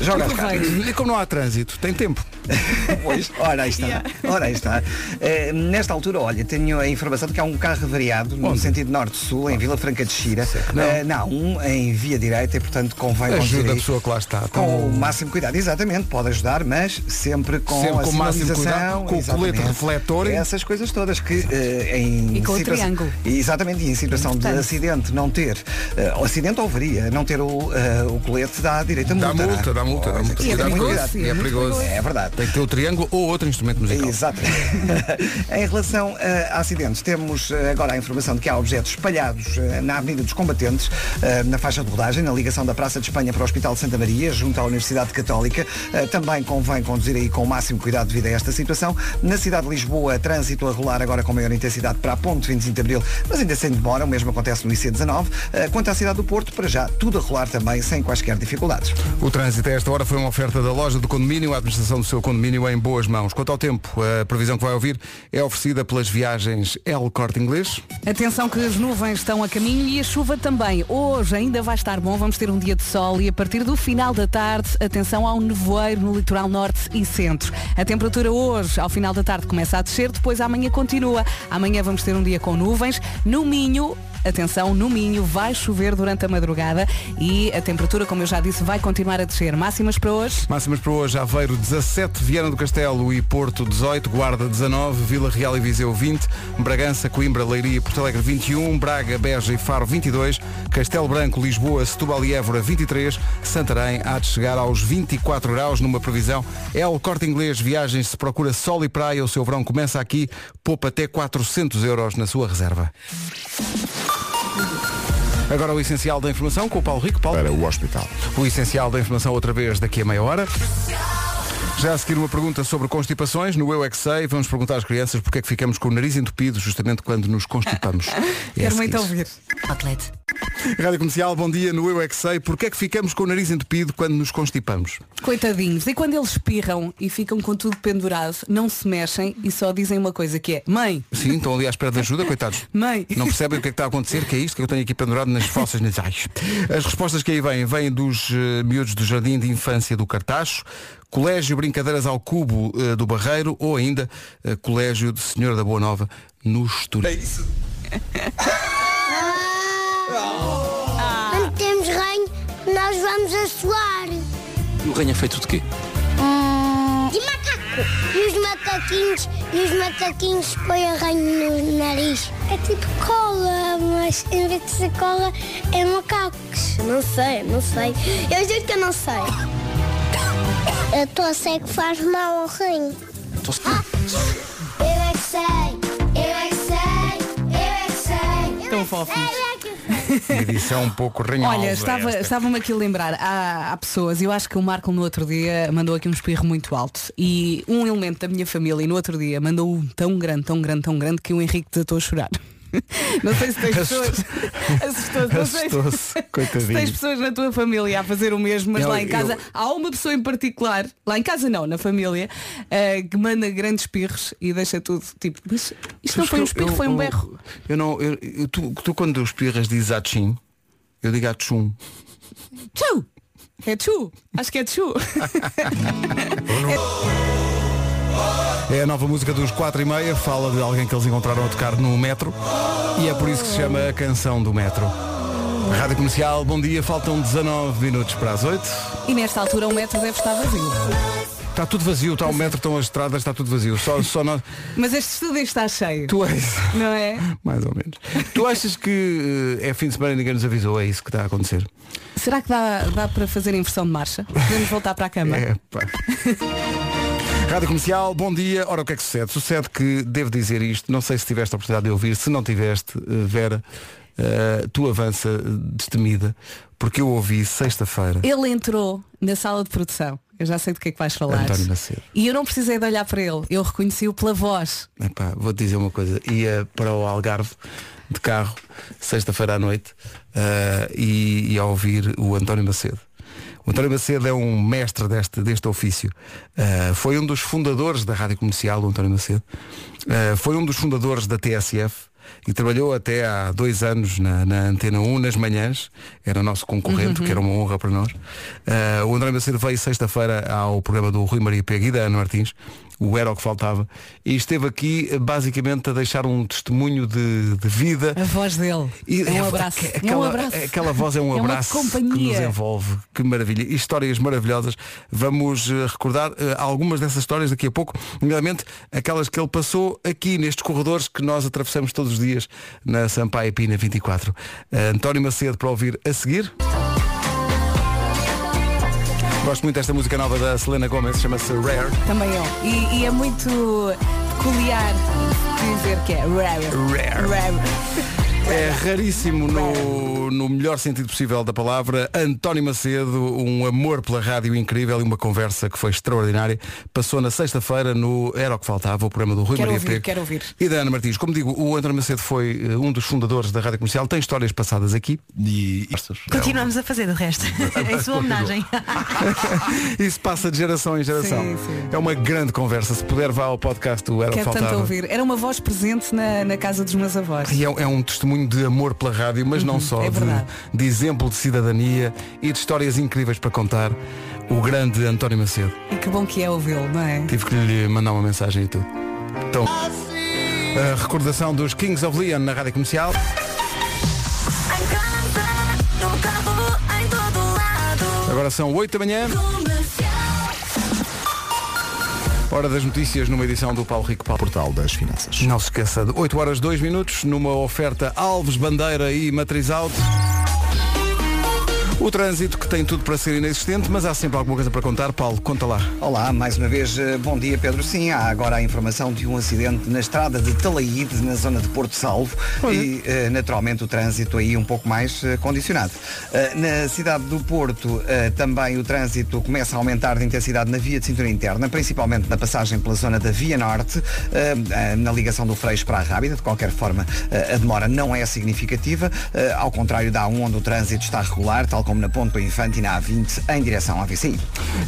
Speaker 1: joga as cartas. E como não há trânsito, tem tempo. [laughs]
Speaker 2: Pois, ora aí está. Ora aí está. Eh, nesta altura, olha, tenho a informação de que há um carro variado no sentido norte-sul, em Vila Franca de Xira.
Speaker 1: não.
Speaker 2: Eh, não, um em via direita e, portanto, convém conduzir
Speaker 1: Ajuda a
Speaker 2: aí
Speaker 1: pessoa que lá está.
Speaker 2: Com o máximo cuidado, exatamente, pode ajudar, mas sempre com
Speaker 1: Sempre
Speaker 2: a
Speaker 1: com o máximo
Speaker 2: sinalização,
Speaker 1: cuidado, com o
Speaker 2: exatamente.
Speaker 1: colete refletor.
Speaker 2: Essas coisas todas que eh, em
Speaker 3: E com o
Speaker 2: situa-
Speaker 3: triângulo.
Speaker 2: Exatamente, e em situação de
Speaker 3: Importante.
Speaker 2: acidente não ter, eh, ou acidente ou avaria, não ter o, eh, o colete dá direito a
Speaker 1: Dá
Speaker 2: multa. não é?
Speaker 1: multa, dá multa, dá
Speaker 2: Pois,
Speaker 1: multa.
Speaker 2: é preciso
Speaker 3: E é
Speaker 2: dar muito
Speaker 3: perigoso,
Speaker 2: cuidado.
Speaker 3: sim, é
Speaker 1: é
Speaker 3: muito
Speaker 1: perigoso.
Speaker 2: É verdade.
Speaker 1: Tem que ter o triângulo ou outro instrumento musical.
Speaker 2: Exato. em relação eh, a acidentes, temos eh, agora a informação de que há objetos espalhados eh, na Avenida dos Combatentes, eh, na faixa de rodagem, na ligação da Praça de Espanha para o Hospital de Santa Maria, junto à Universidade Católica. Eh, também convém conduzir aí com o máximo cuidado devido a esta situação. Na cidade de Lisboa, trânsito a rolar agora com maior intensidade para a Ponte 25 de Abril, mas ainda sem demora, o mesmo acontece no IC19. Eh, quanto à cidade do Porto, para já, tudo a rolar também, sem quaisquer dificuldades.
Speaker 1: O trânsito a esta hora foi uma oferta da loja do condomínio, a administração do seu condomínio é em boas mãos. Quanto ao tempo, a previsão que vai ouvir é oferecida pelas viagens L Corte Inglês.
Speaker 3: Atenção que as nuvens estão a caminho e a chuva também. Hoje ainda vai estar bom, vamos ter um dia de sol e a partir do final da tarde, atenção ao nevoeiro no litoral norte e centro. A temperatura hoje, ao final da tarde, começa a descer, depois amanhã continua. Amanhã vamos ter um dia com nuvens. No Minho, atenção, no Minho vai chover durante a madrugada e a temperatura, como eu já disse, vai continuar a descer. Máximas para hoje?
Speaker 1: Máximas para hoje, Aveiro 17, Viana do Castelo e Porto 18, Guarda 19, Vila Real e Viseu 20, Bragança, Coimbra, Leiria e Porto Alegre 21, Braga, Beja e Faro 22, Castelo Branco, Lisboa, Setúbal e Évora 23, Santarém há de chegar aos 24 graus numa previsão. É o corte inglês, viagens, se procura sol e praia, o seu verão começa aqui, poupa até 400 euros na sua reserva. Agora o essencial da informação com o Paulo Rico. Paulo.
Speaker 5: Para o hospital.
Speaker 1: O essencial da informação outra vez daqui a meia hora. Já a seguir uma pergunta sobre constipações no Eu É Que Sei. Vamos perguntar às crianças porque é que ficamos com o nariz entupido justamente quando nos constipamos. É a
Speaker 3: [laughs] Quero muito
Speaker 1: seguir.
Speaker 3: ouvir.
Speaker 10: Outlet.
Speaker 1: Rádio Comercial, bom dia no Eu É Que Sei. Porque é que ficamos com o nariz entupido quando nos constipamos?
Speaker 3: Coitadinhos, e quando eles espirram e ficam com tudo pendurado, não se mexem e só dizem uma coisa que é Mãe,
Speaker 1: Sim, estão ali à espera de ajuda, coitados.
Speaker 3: Mãe.
Speaker 1: Não percebem o que é que está a acontecer, que é isto que eu tenho aqui pendurado nas fossas nasais. As respostas que aí vêm, vêm dos eh, miúdos do Jardim de Infância do Cartacho, Colégio Brincadeiras ao Cubo eh, do Barreiro ou ainda eh, Colégio de Senhora da Boa Nova no Estoril. [laughs]
Speaker 10: Quando temos reino, nós vamos a suar.
Speaker 6: O reino é feito de quê?
Speaker 10: De macaco. E os macaquinhos, e os macaquinhos põem reino no nariz. É tipo cola, mas em vez de ser cola, é macacos. Não sei, não sei. Eu juro que eu não sei. A tosse é que faz mal ao reino. Eu é que sei, eu é que sei, eu é que sei.
Speaker 3: Tão fofinhos.
Speaker 1: Edição um pouco ranhosa.
Speaker 3: olha, estava-
Speaker 1: esta.
Speaker 3: estava-me aqui a lembrar, há, há pessoas, eu acho que o Marco no outro dia mandou aqui um espirro muito alto e um elemento da minha família no outro dia mandou um tão grande, tão grande, tão grande que o Henrique desatou a chorar. Não sei se tens pessoas. Assustou-se, não sei se-
Speaker 1: Assustou-se,
Speaker 3: Se
Speaker 1: coitadinho.
Speaker 3: tens pessoas na tua família a fazer o mesmo, mas
Speaker 1: Eu-
Speaker 3: lá em casa
Speaker 1: eu-
Speaker 3: há uma pessoa em particular, lá em casa não, na família, eh, que manda grandes espirros e deixa tudo tipo, mas isto não
Speaker 1: Sabes
Speaker 3: foi
Speaker 1: que
Speaker 3: um
Speaker 1: eu-
Speaker 3: espirro,
Speaker 1: eu-
Speaker 3: foi um
Speaker 1: eu-
Speaker 3: berro.
Speaker 1: Eu não, eu- eu- tu, tu quando espirras dizes atchim, eu digo atchum.
Speaker 3: Tchu! É tchu! Acho que
Speaker 1: [laughs]
Speaker 3: é tchu!
Speaker 1: É a nova música dos 4 e meia, fala de alguém que eles encontraram a tocar no metro e é por isso que se chama a canção do metro. Rádio Comercial, bom dia, faltam 19 minutos para as 8.
Speaker 3: [laughs] E nesta altura o metro deve estar vazio.
Speaker 1: Está tudo vazio, está o metro, estão as estradas, está tudo vazio. Só, só nós.
Speaker 3: Mas este estúdio está cheio,
Speaker 1: Tu és.
Speaker 3: não é?
Speaker 1: Mais ou menos. Tu achas que eh, é fim de semana e ninguém nos avisou, é isso que está a acontecer?
Speaker 3: Será que dá, dá para fazer inversão de marcha? Podemos voltar para a cama.
Speaker 1: É, pá. [laughs] Rádio Comercial, bom dia. Ora, o que é que sucede? Sucede que, devo dizer isto, não sei se tiveste a oportunidade de ouvir, se não tiveste, eh, Vera, eh, tu avança eh, destemida, porque eu ouvi sexta-feira.
Speaker 3: Ele entrou na sala de produção. Eu já sei do que é que vais falar.
Speaker 1: António Macedo.
Speaker 3: E eu não precisei de olhar para ele. Eu reconheci-o pela voz.
Speaker 1: Epá, vou-te dizer uma coisa, ia para o Algarve de carro, sexta-feira à noite, eh, e, e a ouvir o António Macedo. O António Macedo é um mestre deste, deste ofício. Eh, foi um dos fundadores da Rádio Comercial, o António Macedo. Eh, foi um dos fundadores da TSF e trabalhou até há dois anos na, na Antena 1, nas manhãs. Era nosso concorrente,
Speaker 11: Uhum.
Speaker 1: que era uma honra para nós. Eh, o António Macedo veio sexta-feira ao programa do Rui Maria Pega e da Ana Martins, o Era o que Faltava, e esteve aqui eh, basicamente a deixar um testemunho de, de vida.
Speaker 3: A voz dele.
Speaker 1: E
Speaker 3: é
Speaker 1: é-
Speaker 3: um abraço.
Speaker 1: aque-
Speaker 3: é um
Speaker 1: aquela-
Speaker 3: abraço.
Speaker 1: Aquela voz é um
Speaker 3: uma
Speaker 1: abraço que nos
Speaker 3: companhia.
Speaker 1: envolve. Que maravilha. E Histórias maravilhosas. Vamos eh, recordar eh, algumas dessas histórias daqui a pouco, nomeadamente aquelas que ele passou aqui nestes corredores que nós atravessamos todos os dias na Sampaia Pina 24. Eh, António Macedo para ouvir a seguir. Gosto muito desta música nova da Selena Gomez, chama-se Rare.
Speaker 3: Também eu. E, e é muito peculiar dizer que é rare.
Speaker 1: Rare. É raríssimo no, no melhor sentido possível da palavra. António Macedo, um amor pela rádio incrível e uma conversa que foi extraordinária. Passou na sexta-feira no Era o que Faltava, o programa do Rui
Speaker 3: Quero
Speaker 1: Maria
Speaker 3: ouvir,
Speaker 1: Pego
Speaker 3: quero ouvir.
Speaker 1: e da Ana Martins. Como digo, o António Macedo foi eh, um dos fundadores da Rádio Comercial, tem histórias passadas aqui e
Speaker 12: Continuamos a fazer de resto.
Speaker 1: Tá
Speaker 3: É
Speaker 12: em sua homenagem.
Speaker 1: isso passa de geração em geração. É uma grande conversa. Se puder, vá ao podcast do Era o que
Speaker 3: Quero tanto
Speaker 1: Faltava.
Speaker 3: ouvir. Era uma voz presente na, na casa dos meus avós.
Speaker 1: E é, é um testemunho de amor pela rádio, mas não só,
Speaker 3: é
Speaker 1: de,
Speaker 3: verdade.
Speaker 1: de exemplo de cidadania e de histórias incríveis para contar. O grande António Macedo.
Speaker 3: E que bom que é ouvi-lo, não é?
Speaker 1: Tive que lhe mandar uma mensagem e tudo. Então, a recordação dos Kings of Leon na rádio comercial. Agora são 8 da manhã. Hora das notícias numa edição do Paulo Rico Paulo. Portal das Finanças. Não se esqueça de 8 horas 2 minutos numa oferta Alves Bandeira e Matriz Alto. O trânsito que tem tudo para ser inexistente, mas há sempre alguma coisa para contar. Paulo, conta lá.
Speaker 2: Olá, mais uma vez, eh, bom dia Pedro. Sim, há agora a informação de um acidente na estrada de Talaíde, na zona de Porto Salvo, e eh, naturalmente o trânsito aí um pouco mais eh, condicionado. Eh, Na cidade do Porto eh, também o trânsito começa a aumentar de intensidade na via de cintura interna, principalmente na passagem pela zona da Via Norte, eh, eh, na ligação do Freixo para a Rábida. De qualquer forma, eh, a demora não é significativa, eh, ao contrário da A1 onde o trânsito está regular, tal como na Ponta Infante e na A20 em direção à VCI.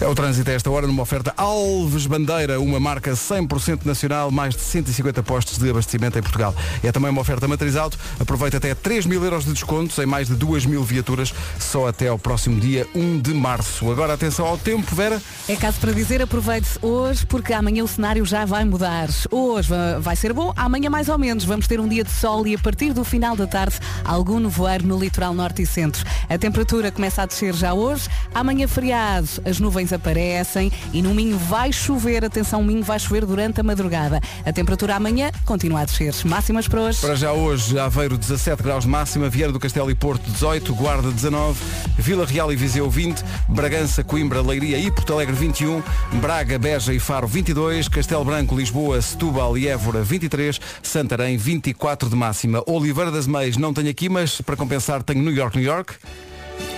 Speaker 1: É o trânsito a esta hora numa oferta Alves Bandeira, uma marca 100% nacional, mais de 150 postos de abastecimento em Portugal. É também uma oferta matriz alto, aproveita até 3 mil euros de descontos em mais de 2 mil viaturas, só até ao próximo dia 1 de março. Agora atenção ao tempo, Vera.
Speaker 3: É caso para dizer, aproveite-se hoje, porque amanhã o cenário já vai mudar. Hoje va- vai ser bom, amanhã mais ou menos. Vamos ter um dia de sol e a partir do final da tarde, algum nevoeiro no litoral norte e centro. A temperatura começa a descer já hoje. Amanhã feriado, as nuvens aparecem e no Minho vai chover. Atenção, o Minho vai chover durante a madrugada. A temperatura amanhã continua a descer. Máximas para hoje.
Speaker 1: Para já hoje, Aveiro 17 graus de máxima, Vieira do Castelo e Porto 18, Guarda 19, Vila Real e Viseu 20, Bragança, Coimbra, Leiria e Porto Alegre 21, Braga, Beja e Faro 22, Castelo Branco, Lisboa, Setúbal e Évora 23, Santarém 24 de máxima. Oliveira das Meias não tenho aqui, mas para compensar tenho New York, New York.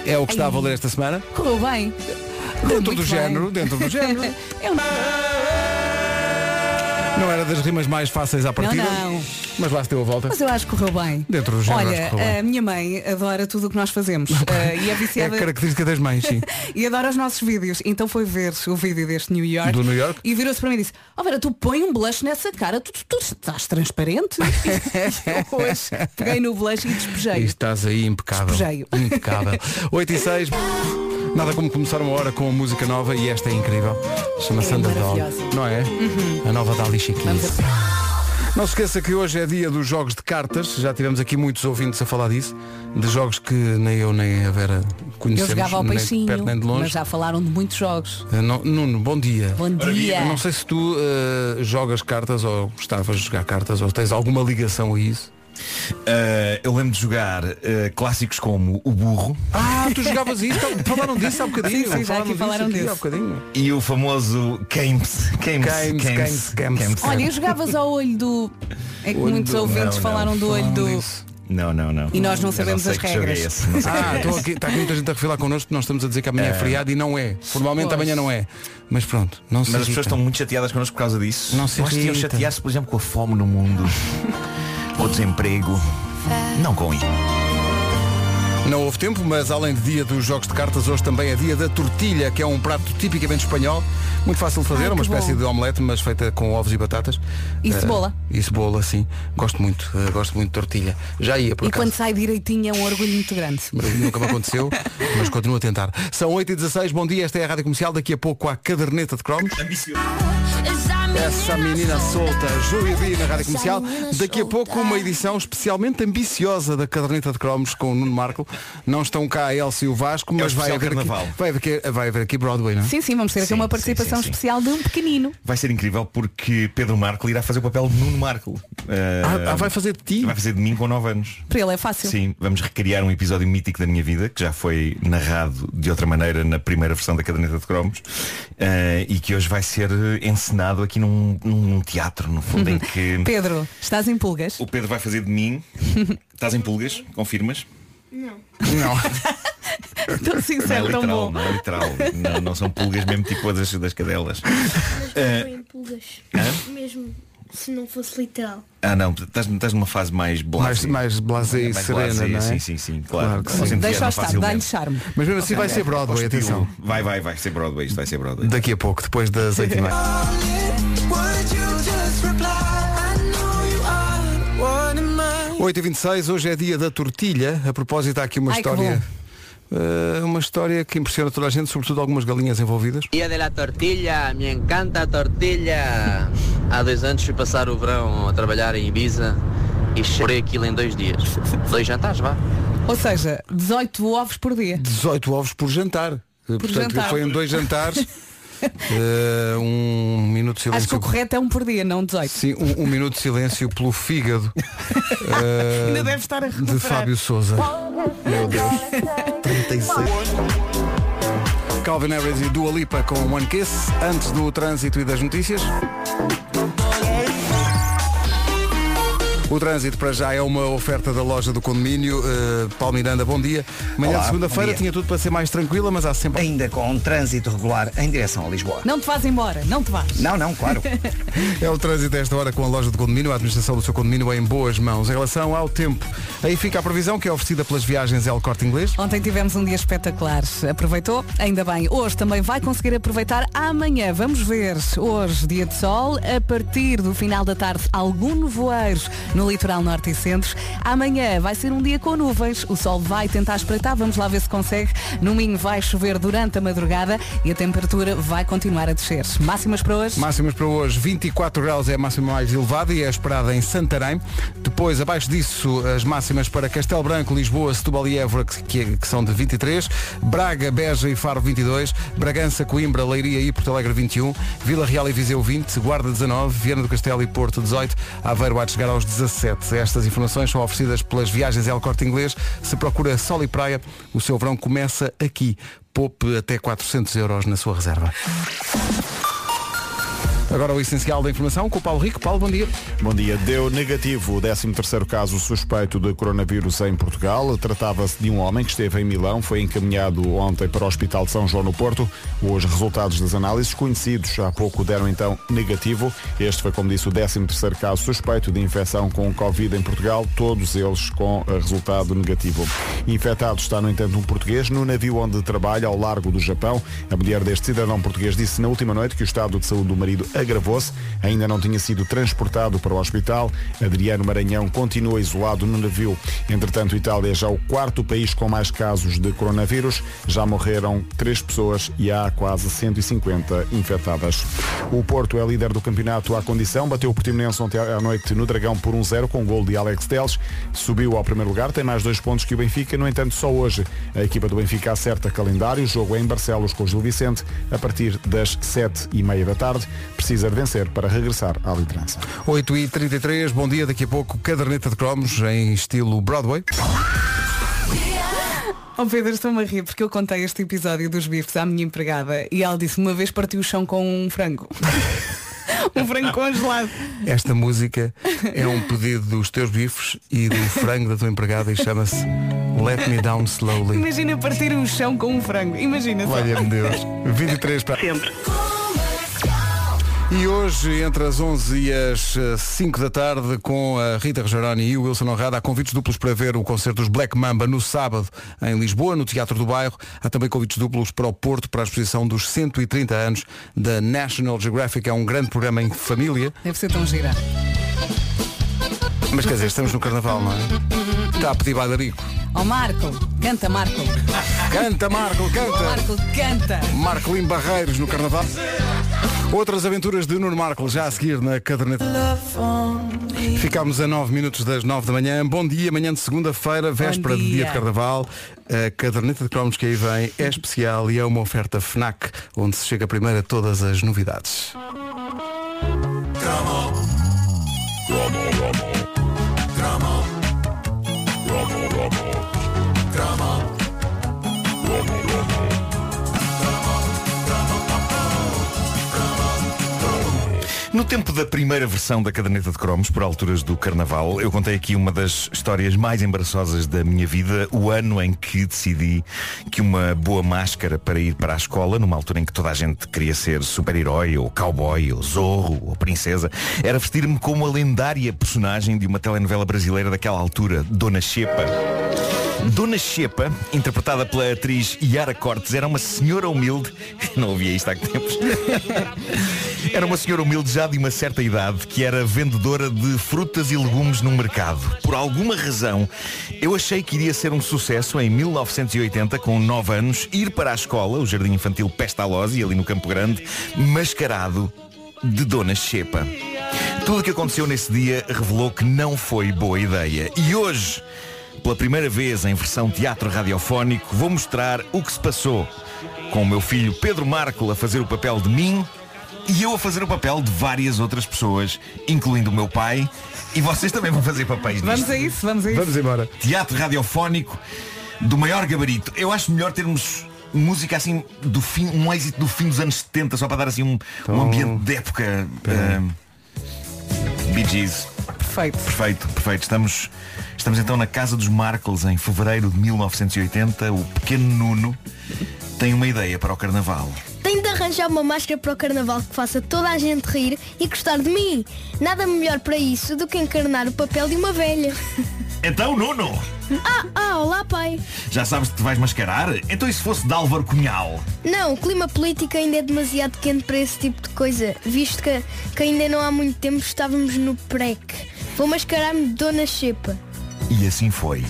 Speaker 1: É o que está a
Speaker 3: Ai.
Speaker 1: valer esta semana.
Speaker 3: Correu bem.
Speaker 1: Dentro
Speaker 3: Muito
Speaker 1: do
Speaker 3: bem.
Speaker 1: género, dentro do género.
Speaker 3: [laughs] Eu não.
Speaker 1: Não era das rimas mais fáceis à partida,
Speaker 3: não.
Speaker 1: mas lá se deu a volta.
Speaker 3: Mas eu acho que correu bem.
Speaker 1: Dentro do género, acho
Speaker 3: Olha,
Speaker 1: que correu bem.
Speaker 3: a minha mãe adora tudo o que
Speaker 1: [laughs]
Speaker 3: nós fazemos. eh, e
Speaker 1: É
Speaker 3: é
Speaker 1: a
Speaker 3: viciada.
Speaker 1: característica das mães, sim.
Speaker 3: [laughs] e adora os nossos vídeos. Então foi ver o vídeo deste New York.
Speaker 1: Do New York?
Speaker 3: E virou-se para mim e disse, ó Vera, tu põe um blush nessa cara, tu, tu- tu estás
Speaker 1: [laughs]
Speaker 3: transparente. [laughs] E eu hoje peguei no blush e
Speaker 1: E
Speaker 3: despejei.
Speaker 1: estás aí impecável.
Speaker 3: [laughs] Despejeio.
Speaker 1: Impecável. 8 e 6. Nada como começar uma hora com música nova e esta é incrível. Chama-se
Speaker 11: É
Speaker 1: Underdog.
Speaker 11: maravilhosa.
Speaker 1: Não é?
Speaker 11: Uhum.
Speaker 1: A nova da Alicia Keys. Não se esqueça que hoje é dia dos jogos de cartas. Já tivemos aqui muitos ouvintes a falar disso. De jogos que nem eu nem a Vera
Speaker 3: Eu
Speaker 1: conhecemos.
Speaker 3: jogava ao
Speaker 1: nem de
Speaker 3: peixinho,
Speaker 1: perto nem de
Speaker 3: mas
Speaker 1: longe.
Speaker 3: já falaram de muitos jogos.
Speaker 1: Eh, não- Nuno, bom dia.
Speaker 3: Bom dia.
Speaker 1: Não sei se tu eh, jogas cartas ou gostavas de jogar cartas ou tens alguma ligação a isso.
Speaker 11: Ah, eu lembro de jogar ah, clássicos como o burro.
Speaker 1: Ah, tu jogavas isso? então Falaram disso há bocadinho.
Speaker 11: Sim, sim, já aqui falaram
Speaker 1: disso. aqui
Speaker 11: disso.
Speaker 1: há bocadinho.
Speaker 11: E o famoso Games. Games.
Speaker 1: Games, Games, Games.
Speaker 3: Olha, eu jogavas ao olho do. É que
Speaker 11: Olho
Speaker 3: muitos
Speaker 11: do-
Speaker 3: ouvintes
Speaker 11: Não, não,
Speaker 3: falaram do olho do.
Speaker 11: Não, não, não.
Speaker 3: E nós não
Speaker 11: Eu
Speaker 3: sabemos
Speaker 11: sei
Speaker 3: as
Speaker 11: que jogo é
Speaker 3: regras.
Speaker 11: esse, não sei que jogo
Speaker 1: Ah,
Speaker 11: é
Speaker 1: estou
Speaker 11: esse.
Speaker 1: aqui, está aqui muita gente a refilar connosco, nós estamos a dizer que amanhã é,
Speaker 11: É.
Speaker 1: feriado e não é. Formalmente
Speaker 11: Pois.
Speaker 1: amanhã não é. Mas pronto, não se
Speaker 11: Mas as
Speaker 1: irritem.
Speaker 11: pessoas estão muito chateadas connosco por causa disso.
Speaker 1: Não se Ah,
Speaker 11: Eu acho que iam
Speaker 1: irritem.
Speaker 11: chatear-se, por exemplo, com a fome no mundo. ou desemprego. Não com isso.
Speaker 1: Não houve tempo, mas além de dia dos jogos de cartas, hoje também é dia da tortilha, que é um prato tipicamente espanhol, muito fácil de fazer,
Speaker 3: Ai, que
Speaker 1: uma espécie
Speaker 3: bom.
Speaker 1: de omelete, mas feita com ovos e batatas.
Speaker 3: E
Speaker 1: Eh,
Speaker 3: cebola.
Speaker 1: e cebola, sim. Gosto muito, eh, gosto muito de tortilha. Já ia por
Speaker 3: E
Speaker 1: acaso.
Speaker 3: quando sai direitinho é um orgulho muito grande.
Speaker 1: Mas Nunca me aconteceu, mas continuo a tentar. São 8h16, bom dia, esta é a Rádio Comercial, daqui a pouco há a caderneta de cromos. Essa menina solta, Júlia B na Rádio Comercial. Daqui a pouco uma edição especialmente ambiciosa da Caderneta de Cromos com o Nuno Marco. Não estão cá a Elsa e o Vasco, mas vai
Speaker 11: É especial
Speaker 1: haver, aqui,
Speaker 11: carnaval.
Speaker 1: vai, haver aqui, vai haver aqui Broadway, não é?
Speaker 3: Sim, sim, vamos ter aqui uma participação especial de um pequenino.
Speaker 11: Vai ser incrível porque Pedro Marco irá fazer o papel de Nuno Marco.
Speaker 1: Ah, ah, vai fazer de ti?
Speaker 11: Vai fazer de mim com 9 anos.
Speaker 3: Para ele é fácil.
Speaker 11: Sim, vamos recriar um episódio mítico da minha vida que já foi narrado de outra maneira na primeira versão da caderneta de cromos eh, e que hoje vai ser eh, encenado aqui num, num teatro, no fundo, em que
Speaker 3: Uhum. Pedro, estás em pulgas?
Speaker 11: o Pedro vai fazer de mim. Estás em pulgas? Confirmas?
Speaker 3: Não.
Speaker 11: Não.
Speaker 3: [laughs] Tão sincero,
Speaker 11: não é
Speaker 3: tão
Speaker 11: literal,
Speaker 3: bom.
Speaker 11: não é literal. Não, não são pulgas mesmo tipo as das cadelas. Eh,
Speaker 13: Em pulgas.
Speaker 11: Hã?
Speaker 13: Mesmo se não fosse literal.
Speaker 11: Ah não, estás, estás numa fase mais blasé.
Speaker 1: mais blasé e serena, não é?
Speaker 11: Sim, sim, sim, claro.
Speaker 1: Claro que
Speaker 11: Não se
Speaker 1: sim.
Speaker 11: entusiasma
Speaker 3: Deixa-o estar,
Speaker 11: facilmente.
Speaker 3: dá-lhe charme.
Speaker 1: Mas mesmo assim vai ser Broadway,
Speaker 11: Hostil.
Speaker 1: atenção.
Speaker 11: Vai, vai, vai ser Broadway, isto vai ser Broadway.
Speaker 1: Daqui a pouco, depois das
Speaker 14: [laughs]
Speaker 1: 8h30.
Speaker 14: Would you just reply? I know you are one of mine.
Speaker 1: 8h26, hoje é dia da tortilha. A propósito, há aqui uma
Speaker 14: Ai, que
Speaker 1: história. eh, uma história que impressiona toda a gente, sobretudo algumas galinhas envolvidas.
Speaker 15: Día de la tortilla, me encanta tortilla. Há dois anos fui passar o verão a trabalhar em Ibiza e chorei aquilo em dois dias. Dois jantares, vá.
Speaker 3: Ou seja, 18 ovos por dia.
Speaker 1: 18 ovos por jantar. Eh, Portanto,
Speaker 3: jantar.
Speaker 1: foi em dois
Speaker 3: [laughs]
Speaker 1: jantares. eh, um minuto de
Speaker 3: Acho que
Speaker 1: silêncio.
Speaker 3: o correto é um por dia, não 18.
Speaker 1: Sim, um, um minuto de silêncio pelo fígado. eh,
Speaker 3: [laughs] Ainda deve estar a recuperar.
Speaker 1: De Fábio Souza. Meu Deus. 36. Calvin Harris e Dua Lipa com One Kiss, antes do trânsito e das notícias. O trânsito para já é uma oferta da loja do condomínio. Uh, Paulo Miranda, bom dia. Manhã
Speaker 2: Olá,
Speaker 1: de segunda-feira
Speaker 2: bom dia.
Speaker 1: tinha tudo para ser mais tranquila, mas há sempre.
Speaker 2: Ainda com um trânsito regular em direção a Lisboa.
Speaker 3: Não te vás embora, não te vás.
Speaker 2: Não, não,
Speaker 3: [laughs]
Speaker 2: claro.
Speaker 1: [laughs] É o trânsito a esta hora com a loja de condomínio. A administração do seu condomínio é em boas mãos. Em relação ao tempo, aí fica a previsão que é oferecida pelas viagens El Corte Inglês.
Speaker 3: Ontem tivemos um dia espetacular. Aproveitou? Ainda bem. Hoje também vai conseguir aproveitar amanhã. Vamos ver. Hoje, dia de sol. A partir do final da tarde, algum nevoeiro no litoral norte e centro. Amanhã vai ser um dia com nuvens. O sol vai tentar espreitar. Vamos lá ver se consegue. No Minho vai chover durante a madrugada e a temperatura vai continuar a descer. Máximas para hoje?
Speaker 1: Máximas para hoje, 24 graus é a máxima mais elevada e é esperada em Santarém. Depois, abaixo disso, as máximas para Castelo Branco, Lisboa, Setúbal e Évora, que, que- que são de 23. Braga, Beja e Faro, 22. Bragança, Coimbra, Leiria e Porto Alegre, 21. Vila Real e Viseu, 20. Guarda, 19. Viana do Castelo e Porto, 18. Aveiro há de chegar aos 17. Estas informações são oferecidas pelas viagens El Corte Inglês. Se procura sol e praia, o seu verão começa aqui. Poupe até 400 euros na sua reserva. Agora o essencial da informação com o Paulo Rico. Paulo, bom dia.
Speaker 16: Bom dia. Deu negativo o 13º caso suspeito de coronavírus em Portugal. Tratava-se de um homem que esteve em Milão, foi encaminhado ontem para o Hospital de São João no Porto. Os resultados das análises conhecidos há pouco deram então negativo. Este foi, como disse, o 13º caso suspeito de infecção com Covid em Portugal, todos eles com eh, resultado negativo. Infetado está, no entanto, um português no navio onde trabalha, ao largo do Japão. A mulher deste cidadão português disse na última noite que o estado de saúde do marido agravou-se, ainda não tinha sido transportado para o hospital. Adriano Maranhão continua isolado no navio. Entretanto, Itália é já o quarto país com mais casos de coronavírus. Já morreram três pessoas e há quase 150 infectadas. O Porto é líder do campeonato à condição. Bateu o Portimonense ontem à noite no Dragão por 1-0 com o gol de Alex Teles. Subiu ao primeiro lugar, tem mais dois pontos que o Benfica. No entanto, só hoje a equipa do Benfica acerta calendário. O jogo é em Barcelos com o Gil Vicente a partir das 7 e meia da tarde. Precisa precisa de vencer para regressar à liderança.
Speaker 1: 8 e 33 bom dia, daqui a pouco caderneta de cromos em estilo Broadway.
Speaker 3: Oh Pedro, estou-me a rir porque eu contei este episódio dos bifes à minha empregada e ela disse uma vez partiu o chão com um frango. [laughs] um frango congelado.
Speaker 1: Esta música é um pedido dos teus bifes e do frango da tua empregada e chama-se Let Me Down Slowly.
Speaker 3: Imagina partir o chão com um frango. Imagina só.
Speaker 1: Valha-me Deus. 23 para. Sempre. E hoje, entre as 11 e as eh, 5 da tarde, com a Rita Rogeroni e o Wilson Honrada, há convites duplos para ver o concerto dos Black Mamba no sábado em Lisboa, no Teatro do Bairro. Há também convites duplos para o Porto, para a exposição dos 130 anos da National Geographic. É um grande programa em família.
Speaker 3: Deve ser tão gira.
Speaker 1: Mas quer dizer, estamos no Carnaval, não é? Está a pedir bailarico.
Speaker 3: Oh Marco, canta Marco.
Speaker 1: Canta Marco, canta.
Speaker 3: Marco, canta.
Speaker 1: Marco Lim Barreiros no Carnaval. Outras aventuras de Nuno Marco já a seguir na caderneta. Ficámos a 9 minutos das 9 da manhã. Bom dia, manhã de segunda-feira, véspera de dia
Speaker 17: dia.
Speaker 1: de Carnaval. A caderneta de cromos que aí vem é especial e é uma oferta FNAC, onde se chega primeiro a todas as novidades.
Speaker 11: No tempo da primeira versão da caderneta de cromos, por alturas do Carnaval, eu contei aqui uma das histórias mais embaraçosas da minha vida, o ano em que decidi que uma boa máscara para ir para a escola, numa altura em que toda a gente queria ser super-herói, ou cowboy, ou zorro, ou princesa, era vestir-me como a lendária personagem de uma telenovela brasileira daquela altura, Dona Xepa. Dona Xepa, interpretada pela atriz Yara Cortes, era uma senhora humilde, [laughs] não ouvia isto há que tempos, era uma senhora humilde já de uma certa idade que era vendedora de frutas e legumes no mercado. Por alguma razão, eu achei que iria ser um sucesso em 1980, com 9 anos, ir para a escola, o Jardim Infantil Pestalozzi, ali no Campo Grande, mascarado de Dona Xepa. Tudo o que aconteceu nesse dia revelou que não foi boa ideia. E hoje, pela primeira vez em versão teatro radiofónico, vou mostrar o que se passou com o meu filho Pedro Marco a fazer o papel de mim e eu a fazer o papel de várias outras pessoas, incluindo o meu pai, e vocês também vão fazer papéis
Speaker 3: Vamos a isso, vamos a isso.
Speaker 1: embora.
Speaker 11: Teatro radiofónico do maior gabarito. Eu acho melhor termos música assim do fim, um êxito do fim dos anos 70, só para dar assim um, um ambiente de época. ah, Bee Gees.
Speaker 3: Perfeito.
Speaker 11: Perfeito, perfeito. Estamos, estamos então na Casa dos Marcos em fevereiro de 1980. O pequeno Nuno tem uma ideia para o carnaval.
Speaker 13: Tenho de arranjar uma máscara para o carnaval que faça toda a gente rir e gostar de mim. Nada melhor para isso do que encarnar o papel de
Speaker 3: [laughs]
Speaker 13: uma velha.
Speaker 11: Então, Nuno,
Speaker 13: Ah, ah, olá pai.
Speaker 11: já sabes que te vais mascarar? Então e se fosse de Álvaro Cunhal?
Speaker 13: Não, o clima político ainda é demasiado quente para esse tipo de coisa, visto que, que ainda não há muito tempo estávamos no PREC. Vou mascarar-me de Dona Xepa.
Speaker 11: E assim foi.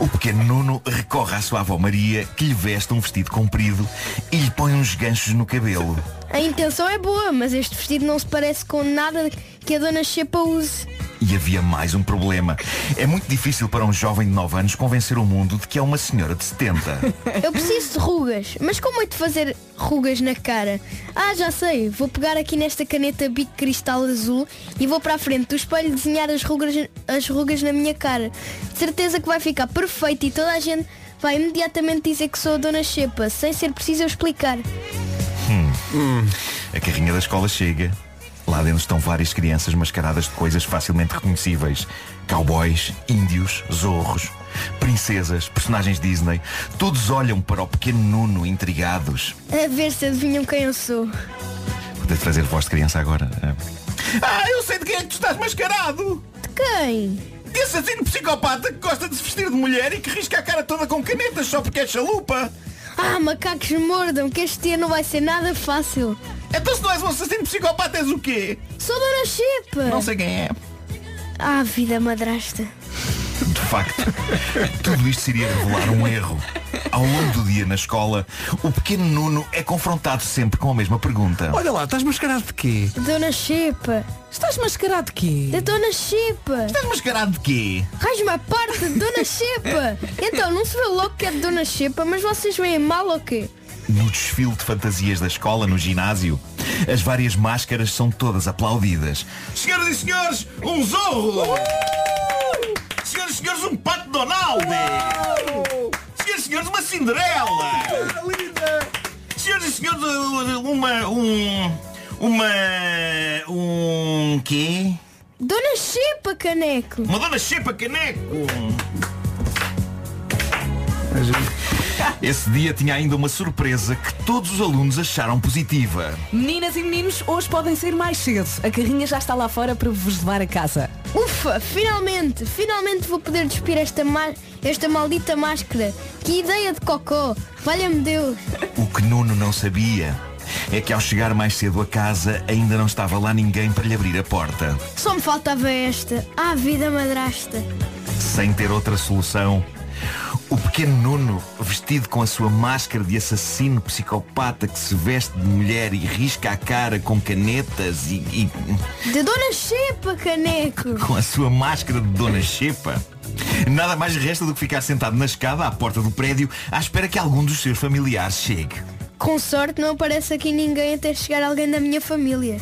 Speaker 11: O pequeno Nuno recorre à sua avó Maria, que lhe veste um vestido comprido e lhe põe uns ganchos no cabelo.
Speaker 13: A intenção é boa, mas este vestido não se parece com nada que a Dona Xepa use.
Speaker 11: E havia mais um problema. É muito difícil para um jovem de 9 anos convencer o mundo de que é uma senhora de 70.
Speaker 13: Eu preciso de rugas, mas como é de fazer rugas na cara? Ah, já sei, vou pegar aqui nesta caneta bico cristal azul e vou para a frente do espelho desenhar as rugas, as rugas na minha cara. De certeza que vai ficar perfeito e toda a gente vai imediatamente dizer que sou a Dona Xepa, sem ser preciso eu explicar.
Speaker 11: Hum. A carrinha da escola chega. Lá dentro estão várias crianças mascaradas de coisas facilmente reconhecíveis. Cowboys, índios, zorros, princesas, personagens Disney. Todos olham para o pequeno Nuno intrigados.
Speaker 13: A ver se adivinham quem eu sou.
Speaker 11: Vou ter de fazer voz de criança agora. Ah.
Speaker 14: Ah, eu sei de quem é que tu estás mascarado! De
Speaker 13: quem?
Speaker 14: De assassino psicopata que gosta de se vestir de mulher e que risca a cara toda com canetas só porque é chalupa!
Speaker 13: Ah, macacos mordam, que este dia não vai ser nada fácil.
Speaker 14: Então se não és um assassino psicopata és o quê?
Speaker 13: Sou Dona Xepa!
Speaker 14: Não sei quem é.
Speaker 13: Ah, vida madrasta.
Speaker 11: De facto, [laughs] tudo isto seria revelar um erro. Ao longo do dia na escola, o pequeno Nuno é confrontado sempre com a mesma pergunta.
Speaker 1: Olha lá, estás mascarado de quê?
Speaker 13: Dona Xepa.
Speaker 3: Estás mascarado de quê?
Speaker 13: Da Dona Xepa.
Speaker 11: Estás mascarado de quê?
Speaker 13: Raiz-me
Speaker 14: [laughs]
Speaker 13: à parte, Dona Xepa. Então, não se vê logo que é de Dona Xepa, mas vocês veem mal ou quê?
Speaker 11: no desfile de fantasias da escola, no ginásio, as várias máscaras são todas aplaudidas.
Speaker 17: Senhoras e senhores, um zorro! Senhoras e senhores, um pato Donald! Senhoras e senhores, uma Cinderela!
Speaker 11: [laughs]
Speaker 17: Senhoras e senhores, uma... um... uma... um... quê?
Speaker 13: Dona Chipa, caneco.
Speaker 17: Uma dona Chepa Caneco!
Speaker 11: Esse dia tinha ainda uma surpresa que todos os alunos acharam positiva.
Speaker 3: Meninas e meninos, hoje podem sair mais cedo. A carrinha já está lá fora para vos levar a casa.
Speaker 13: Ufa, finalmente, finalmente vou poder despir esta, ma- esta maldita máscara. Que ideia de cocô. Valha-me Deus.
Speaker 11: O que Nuno não sabia é que ao chegar mais cedo a casa ainda não estava lá ninguém para lhe abrir a porta.
Speaker 13: Só me faltava esta. Ah, vida madrasta.
Speaker 11: Sem ter outra solução, o pequeno Nuno, vestido com a sua máscara de assassino psicopata que se veste de mulher e risca a cara com canetas e, e
Speaker 13: De Dona Chipa, caneco.
Speaker 11: com a sua máscara de Dona Xepa, nada mais resta do que ficar sentado na escada à porta do prédio à espera que algum dos seus familiares chegue.
Speaker 13: Com sorte não aparece aqui ninguém até chegar alguém da minha família.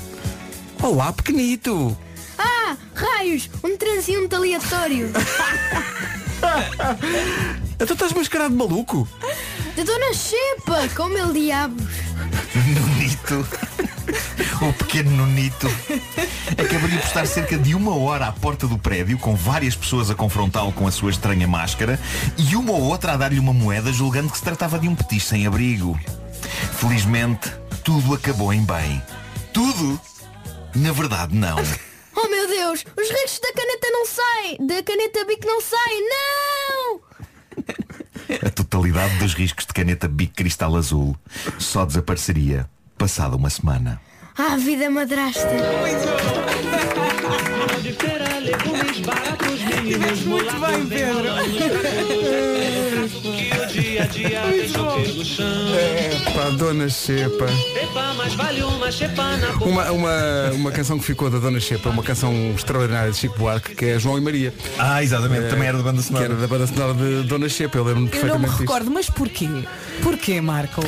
Speaker 1: Olá, pequenito!
Speaker 13: Ah, raios, um transiente aleatório.
Speaker 1: Então estás mascarado de maluco?
Speaker 13: De Dona Chipa, com meu diabo.
Speaker 11: Nunito. O pequeno Nunito acabaria por estar cerca de uma hora à porta do prédio com várias pessoas a confrontá-lo com a sua estranha máscara e uma ou outra a dar-lhe uma moeda julgando que se tratava de um petis sem abrigo. Felizmente, tudo acabou em bem. Tudo? Na verdade, não.
Speaker 13: Oh meu Deus, os restos da caneta não saem. Da caneta bico não saem. Não!
Speaker 11: A totalidade dos riscos de caneta Bic Cristal Azul só desapareceria passada uma semana.
Speaker 13: Ah, vida madrasta.
Speaker 14: Muito bem, Pedro.
Speaker 1: Pá, Dona Xepa. Uma, uma, uma canção que ficou da Dona Xepa, uma canção extraordinária de Chico Buarque, que é João e Maria.
Speaker 11: Ah, exatamente, também era da banda
Speaker 1: sonora. Que era da banda sonora de Dona Xepa, eu lembro-me
Speaker 3: Eu não me
Speaker 1: perfeitamente disso.
Speaker 3: recordo, mas porquê? Porquê, Marco?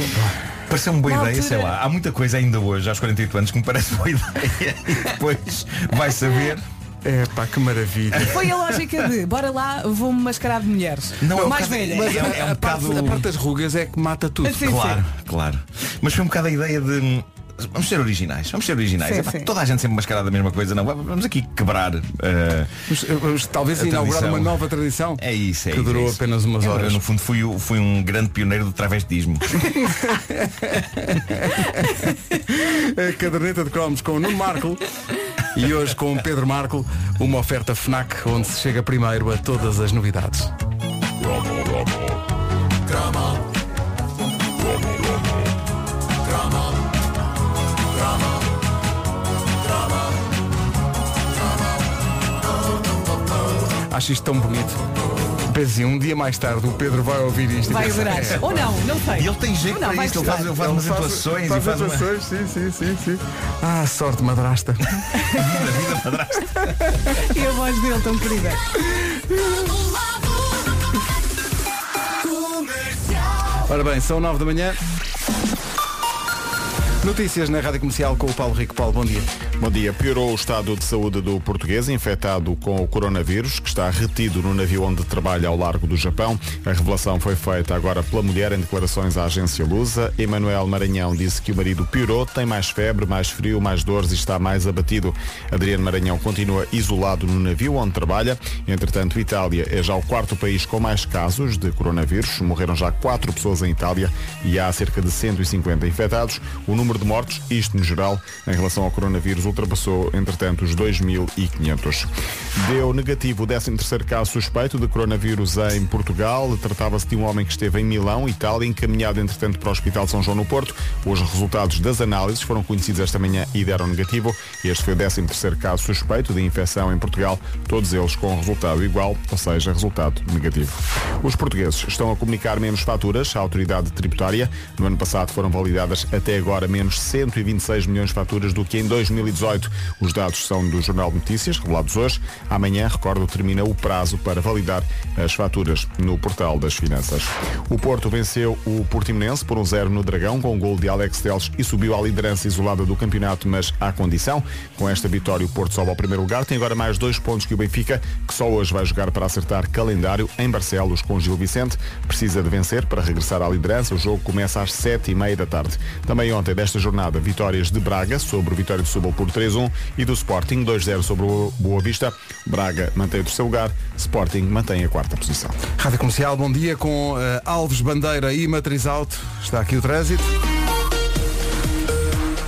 Speaker 11: Pareceu uma boa
Speaker 3: Na
Speaker 11: ideia, sei
Speaker 3: altura-
Speaker 11: lá. Há muita coisa ainda hoje, aos 48 anos, que me parece boa [laughs] ideia. E depois vai saber.
Speaker 1: É pá, que maravilha.
Speaker 3: Foi a lógica de, bora lá, vou-me mascarar de mulheres. mais velha.
Speaker 1: é Mas um a,
Speaker 11: É
Speaker 1: a parte, a parte das rugas é que mata tudo.
Speaker 3: Sim,
Speaker 11: um claro, claro. Mas foi um bocado a ideia de. hum, Vamos ser originais, vamos ser originais.
Speaker 1: Sim,
Speaker 11: Epá,
Speaker 1: sim.
Speaker 11: Toda a gente sempre mascarada a mesma coisa, não. Vamos aqui quebrar. eh,
Speaker 1: Vamos, talvez inaugurar uma nova tradição.
Speaker 11: É isso, é
Speaker 1: que
Speaker 11: isso,
Speaker 1: durou
Speaker 11: é isso.
Speaker 1: apenas umas
Speaker 11: Eu,
Speaker 1: horas.
Speaker 11: no fundo, fui, o- fui um grande pioneiro
Speaker 18: [laughs]
Speaker 11: do travestismo.
Speaker 1: [laughs] A caderneta de cromos com o Nuno Marco e hoje com o Pedro Marco, uma oferta FNAC onde se chega primeiro a todas as novidades. Acho isto tão bonito. Pensei, um dia mais tarde o Pedro vai ouvir isto. e
Speaker 3: Vai
Speaker 1: pensa,
Speaker 3: adorar.
Speaker 1: "É,
Speaker 3: Ou não, não sei.
Speaker 1: E ele tem jeito
Speaker 3: Ou não,
Speaker 1: para
Speaker 3: vai
Speaker 1: isto, ele
Speaker 3: gostar.
Speaker 1: faz- ele faz umas
Speaker 3: Ele
Speaker 1: atuações e faz uma-
Speaker 16: sim, sim, sim, sim.
Speaker 1: Ah, sorte
Speaker 3: [laughs]
Speaker 1: madrasta.
Speaker 3: E a voz dele tão querida.
Speaker 1: Ora bem, são 9 da manhã. Notícias na Rádio Comercial com o Paulo Rico. Paulo, bom dia.
Speaker 16: Bom dia. Piorou o estado de saúde do português infectado com o coronavírus, que está retido no navio onde trabalha ao largo do Japão. A revelação foi feita agora pela mulher em declarações à agência Lusa. Emanuel Maranhão disse que o marido piorou, tem mais febre, mais frio, mais dores e está mais abatido. Adriano Maranhão continua isolado no navio onde trabalha. Entretanto, Itália é já o quarto país com mais casos de coronavírus. Morreram já quatro pessoas em Itália e há cerca de 150 infectados. O número de mortos, isto no geral, em relação ao coronavírus, ultrapassou, entretanto, os 2.500. Deu negativo o 13º caso suspeito de coronavírus em Portugal. Tratava-se de um homem que esteve em Milão, Itália, encaminhado, entretanto, para o Hospital São João no Porto. Os resultados das análises foram conhecidos esta manhã e deram negativo. Este foi o 13º caso suspeito de infecção em Portugal, todos eles com resultado igual, ou seja, resultado negativo. Os portugueses estão a comunicar menos faturas à autoridade tributária. No ano passado foram validadas até agora menos menos 126 milhões de faturas do que em 2018. Os dados são do Jornal de Notícias, revelados hoje. Amanhã, recordo, termina o prazo para validar as faturas no portal das finanças. O Porto venceu o Portimonense por um 0 no Dragão com o gol de Alex Teles e subiu à liderança isolada do campeonato, mas à condição. Com esta vitória, o Porto sobe ao primeiro lugar. Tem agora mais dois pontos que o Benfica, que só hoje vai jogar para acertar calendário em Barcelos com Gil Vicente. Precisa de vencer para regressar à liderança. O jogo começa às 7 e meia da tarde. Também ontem desta jornada, vitórias de Braga sobre o Vitória de Setúbal por 3-1 e do Sporting 2-0 sobre o Boa Vista. Braga mantém o terceiro lugar, Sporting mantém a quarta posição.
Speaker 1: Rádio Comercial, bom dia com eh, Alves Bandeira e Matriz Alto. Está aqui o trânsito.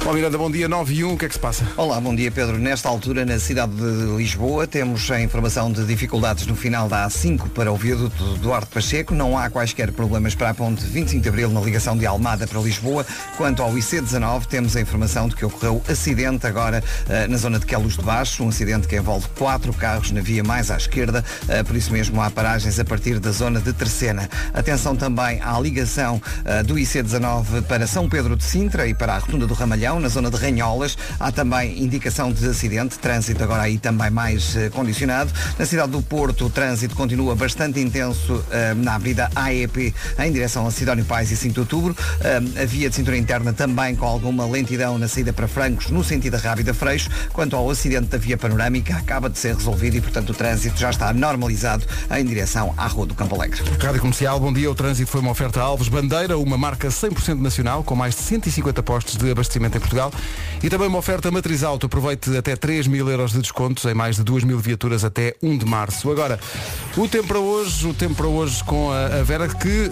Speaker 1: Ó Miranda, bom dia, 9 e 1, o que é que se passa?
Speaker 2: Olá, bom dia Pedro. Nesta altura, na cidade de Lisboa, temos a informação de dificuldades no final da A5 para o viaduto do Duarte Pacheco. Não há quaisquer problemas para a ponte 25 de Abril na ligação de Almada para Lisboa. Quanto ao IC19, temos a informação de que ocorreu acidente agora eh, na zona de Queluz de Baixo, um acidente que envolve quatro carros na via mais à esquerda, eh, por isso mesmo há paragens a partir da zona de Tercena. Atenção também à ligação eh, do IC19 para São Pedro de Sintra e para a Rotunda do Ramalhão, na zona de Ranholas. Há também indicação de acidente, trânsito agora aí também mais eh, condicionado. Na cidade do Porto, o trânsito continua bastante intenso eh, na Avenida AEP em direção a Sidónio Pais e 5 de Outubro. Eh, a via de cintura interna também com alguma lentidão na saída para Francos, no sentido da Rábida Freixo. Quanto ao acidente da via panorâmica, acaba de ser resolvido e, portanto, o trânsito já está normalizado em direção à Rua do Campo Alegre.
Speaker 1: Rádio Comercial, bom dia. O trânsito foi uma oferta a Alves Bandeira, uma marca 100% nacional, com mais de 150 postos de abastecimento em Portugal. E também uma oferta matriz alto. Aproveite até 3 mil euros de descontos em mais de 2 mil viaturas até 1 de março. Agora, o tempo para hoje, o tempo para hoje com a, a Vera, que,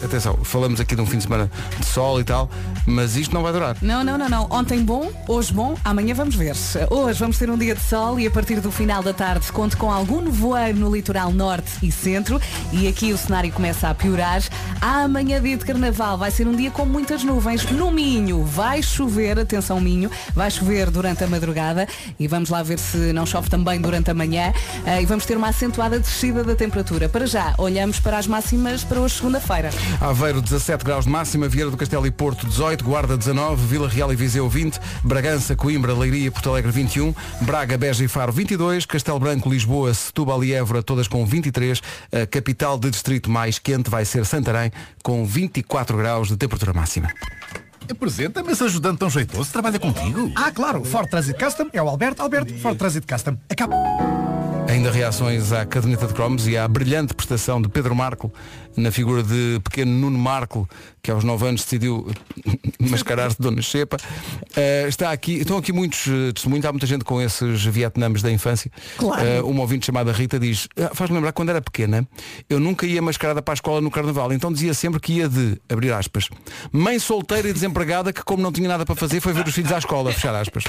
Speaker 1: eh, atenção, falamos aqui de um fim de semana de sol e tal, mas isto não vai durar.
Speaker 3: Não, não, não, não. Ontem bom, hoje bom, amanhã vamos ver. Hoje vamos ter um dia de sol e a partir do final da tarde conto com algum nevoeiro no litoral norte e centro e aqui o cenário começa a piorar. Amanhã dia de carnaval vai ser um dia com muitas nuvens. No Minho vai chover, atenção Minho, vai chover durante a madrugada e vamos lá ver se não chove também durante a manhã Eh, e vamos ter uma acentuada descida da temperatura. Para já, olhamos para as máximas para hoje segunda-feira.
Speaker 1: Aveiro 17 graus de máxima, Vieira do Castelo e Porto 18, Guarda 19, Vila Real e Viseu 20, Bragança, Coimbra, Leiria e Porto Alegre 21, Braga, Beja e Faro 22, Castelo Branco, Lisboa, Setúbal e Évora todas com 23, a capital de distrito mais quente vai ser Santarém com 24 graus de temperatura máxima.
Speaker 18: Apresenta-me esse ajudante tão jeitoso, trabalha contigo.
Speaker 19: Ah, claro, Ford Transit Custom é o Alberto. Alberto, Ford Transit Custom. Acaba.
Speaker 1: Ainda reações à caderneta de cromos e à brilhante prestação de Pedro Marco na figura de pequeno Nuno Marco, que aos 9 anos decidiu [laughs] mascarar-se de Dona Xepa. Eh, está aqui, estão aqui muitos eh, testemunhos, há muita gente com esses vietnames da infância.
Speaker 20: Claro.
Speaker 1: Eh, uma ouvinte chamada Rita diz, "Ah, faz-me lembrar quando era pequena, eu nunca ia mascarada para a escola no carnaval, então dizia sempre que ia de, abrir aspas, mãe solteira e desempregada que como não tinha nada para fazer foi ver os filhos à escola, fechar aspas.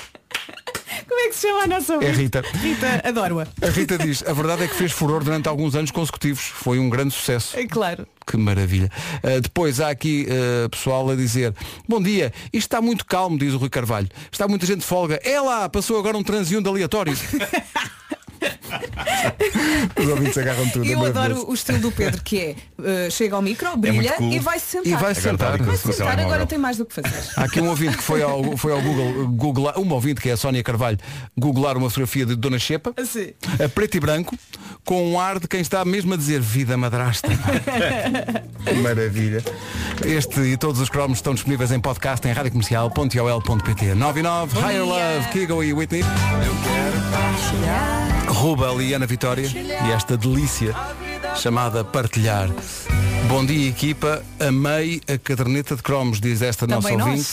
Speaker 3: Como é que se chama a nossa
Speaker 1: É
Speaker 3: [laughs] ouvinte?
Speaker 1: Rita.
Speaker 3: Rita, adoro-a.
Speaker 1: A Rita diz, a verdade é que fez furor durante alguns anos consecutivos. Foi um grande sucesso.
Speaker 3: É claro.
Speaker 1: Que maravilha. Uh, depois há aqui uh, pessoal a dizer, bom dia, isto está muito calmo, diz o Rui Carvalho. Está muita gente de folga. É lá, passou agora um transiundo
Speaker 3: [laughs]
Speaker 1: aleatório. Os ouvintes agarram tudo. é
Speaker 3: eu adoro
Speaker 1: maravilhoso.
Speaker 3: o estilo do Pedro, que é eh, chega ao micro, brilha
Speaker 1: É muito cool.
Speaker 3: e vai-se sentar.
Speaker 1: E
Speaker 11: É
Speaker 1: vai-se Agora sentar. está a ver
Speaker 3: Vai-se
Speaker 1: com o seu
Speaker 3: sentar, agora
Speaker 1: telemóvel.
Speaker 3: tem mais do que
Speaker 1: [laughs]
Speaker 3: fazer.
Speaker 1: Há aqui um ouvinte que foi ao, foi ao Google, googlar, uma ouvinte que é a Sónia Carvalho, googlar uma fotografia de Dona Xepa,
Speaker 3: Sim.
Speaker 1: a É preto e branco, com um ar de quem está mesmo a dizer vida madrasta. Maravilha. Este e todos os cromos estão disponíveis em podcast em radiocomercial.ol.pt 99,
Speaker 14: Bom
Speaker 1: Higher
Speaker 14: dia.
Speaker 1: Love, Kigo e Whitney. Rubel e Ana Vitória e esta delícia chamada Partilhar. Bom dia equipa, amei a caderneta de cromos, diz esta
Speaker 3: Também
Speaker 1: nossa
Speaker 3: nós.
Speaker 1: ouvinte.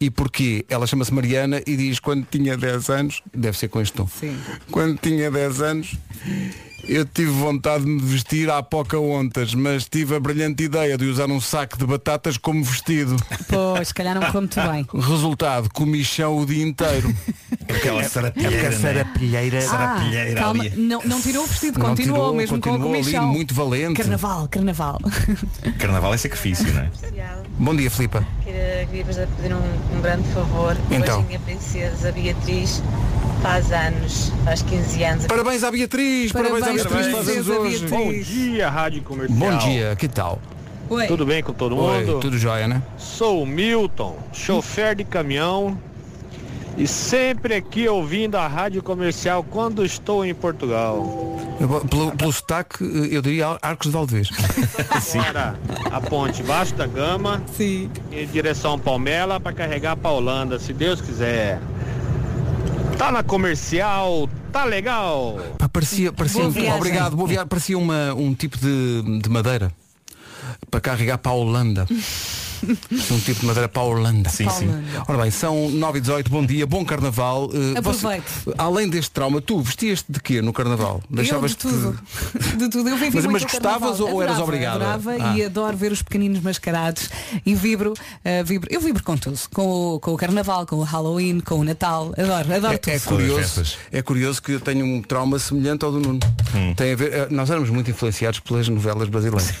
Speaker 1: E porquê? Ela chama-se Mariana e diz quando tinha 10 anos, deve ser com este tom.
Speaker 3: Sim.
Speaker 1: Quando tinha 10 anos, eu tive vontade de me vestir à poca ontas, mas tive a brilhante ideia de usar um saco de batatas como vestido.
Speaker 3: Pois, se calhar não come muito bem.
Speaker 1: Resultado, comi chão o dia inteiro.
Speaker 18: Aquela
Speaker 1: É porque a
Speaker 18: sarapilheira.
Speaker 1: Sarapilheira
Speaker 3: Ah, calma,
Speaker 1: ali.
Speaker 3: não, não tirou o vestido,
Speaker 1: Não
Speaker 3: continuou
Speaker 1: tirou,
Speaker 3: mesmo com
Speaker 1: continuou
Speaker 3: o
Speaker 1: ali,
Speaker 3: comichão.
Speaker 1: muito valente.
Speaker 3: Carnaval, carnaval.
Speaker 11: Carnaval é sacrifício, não é?
Speaker 1: Bom dia, Filipa.
Speaker 21: Queria, queria vos pedir um, um grande favor.
Speaker 1: Então.
Speaker 21: Hoje a minha princesa Beatriz faz anos, faz 15 anos.
Speaker 1: Parabéns à Beatriz, parabéns à Beatriz, faz anos hoje.
Speaker 22: Bom dia, Rádio Comercial.
Speaker 1: Bom dia, que tal?
Speaker 20: Oi.
Speaker 22: Tudo bem com todo
Speaker 1: Oi,
Speaker 22: mundo?
Speaker 1: tudo jóia, né?
Speaker 22: Sou o Milton, chofer de caminhão e sempre aqui ouvindo a rádio comercial quando estou em Portugal.
Speaker 1: Eu- Pelo, pelo sotaque, eu diria Arcos de Valdevez.
Speaker 22: Agora, Tá a ponte Baixo da Gama em direção Palmela para carregar para Holanda, se Deus quiser. Tá na comercial, tá legal.
Speaker 1: Pá, Parecia, parecia
Speaker 22: Boa
Speaker 1: um-
Speaker 22: viagem.
Speaker 1: obrigado, boa viagem. Parecia uma, um tipo de, de madeira para carregar para a Holanda. Parecia um tipo de madeira para a Holanda.
Speaker 11: Sim,
Speaker 1: Para a
Speaker 11: sim.
Speaker 1: Holanda. Ora bem, são 9 e 18 bom dia, bom carnaval. Eh, você-
Speaker 3: Aproveite.
Speaker 1: além deste trauma, tu vestias-te de quê no carnaval?
Speaker 3: de tudo. De tudo. Eu vivi
Speaker 1: Mas-
Speaker 3: muito
Speaker 1: mas
Speaker 3: o
Speaker 1: gostavas
Speaker 3: carnaval.
Speaker 1: ou- ou eras
Speaker 3: Adorava,
Speaker 1: obrigada?
Speaker 3: Adorava
Speaker 1: Ah.
Speaker 3: e adoro ver os pequeninos mascarados e vibro, eh, vibro. Eu vibro com tudo. Com o, com o carnaval, com o Halloween, com o Natal. Adoro, adoro tudo.
Speaker 1: É, é curioso, é curioso que eu tenho um trauma semelhante ao do Nuno.
Speaker 11: Hum.
Speaker 1: Tem a ver, eh, nós éramos muito influenciados pelas novelas brasileiras.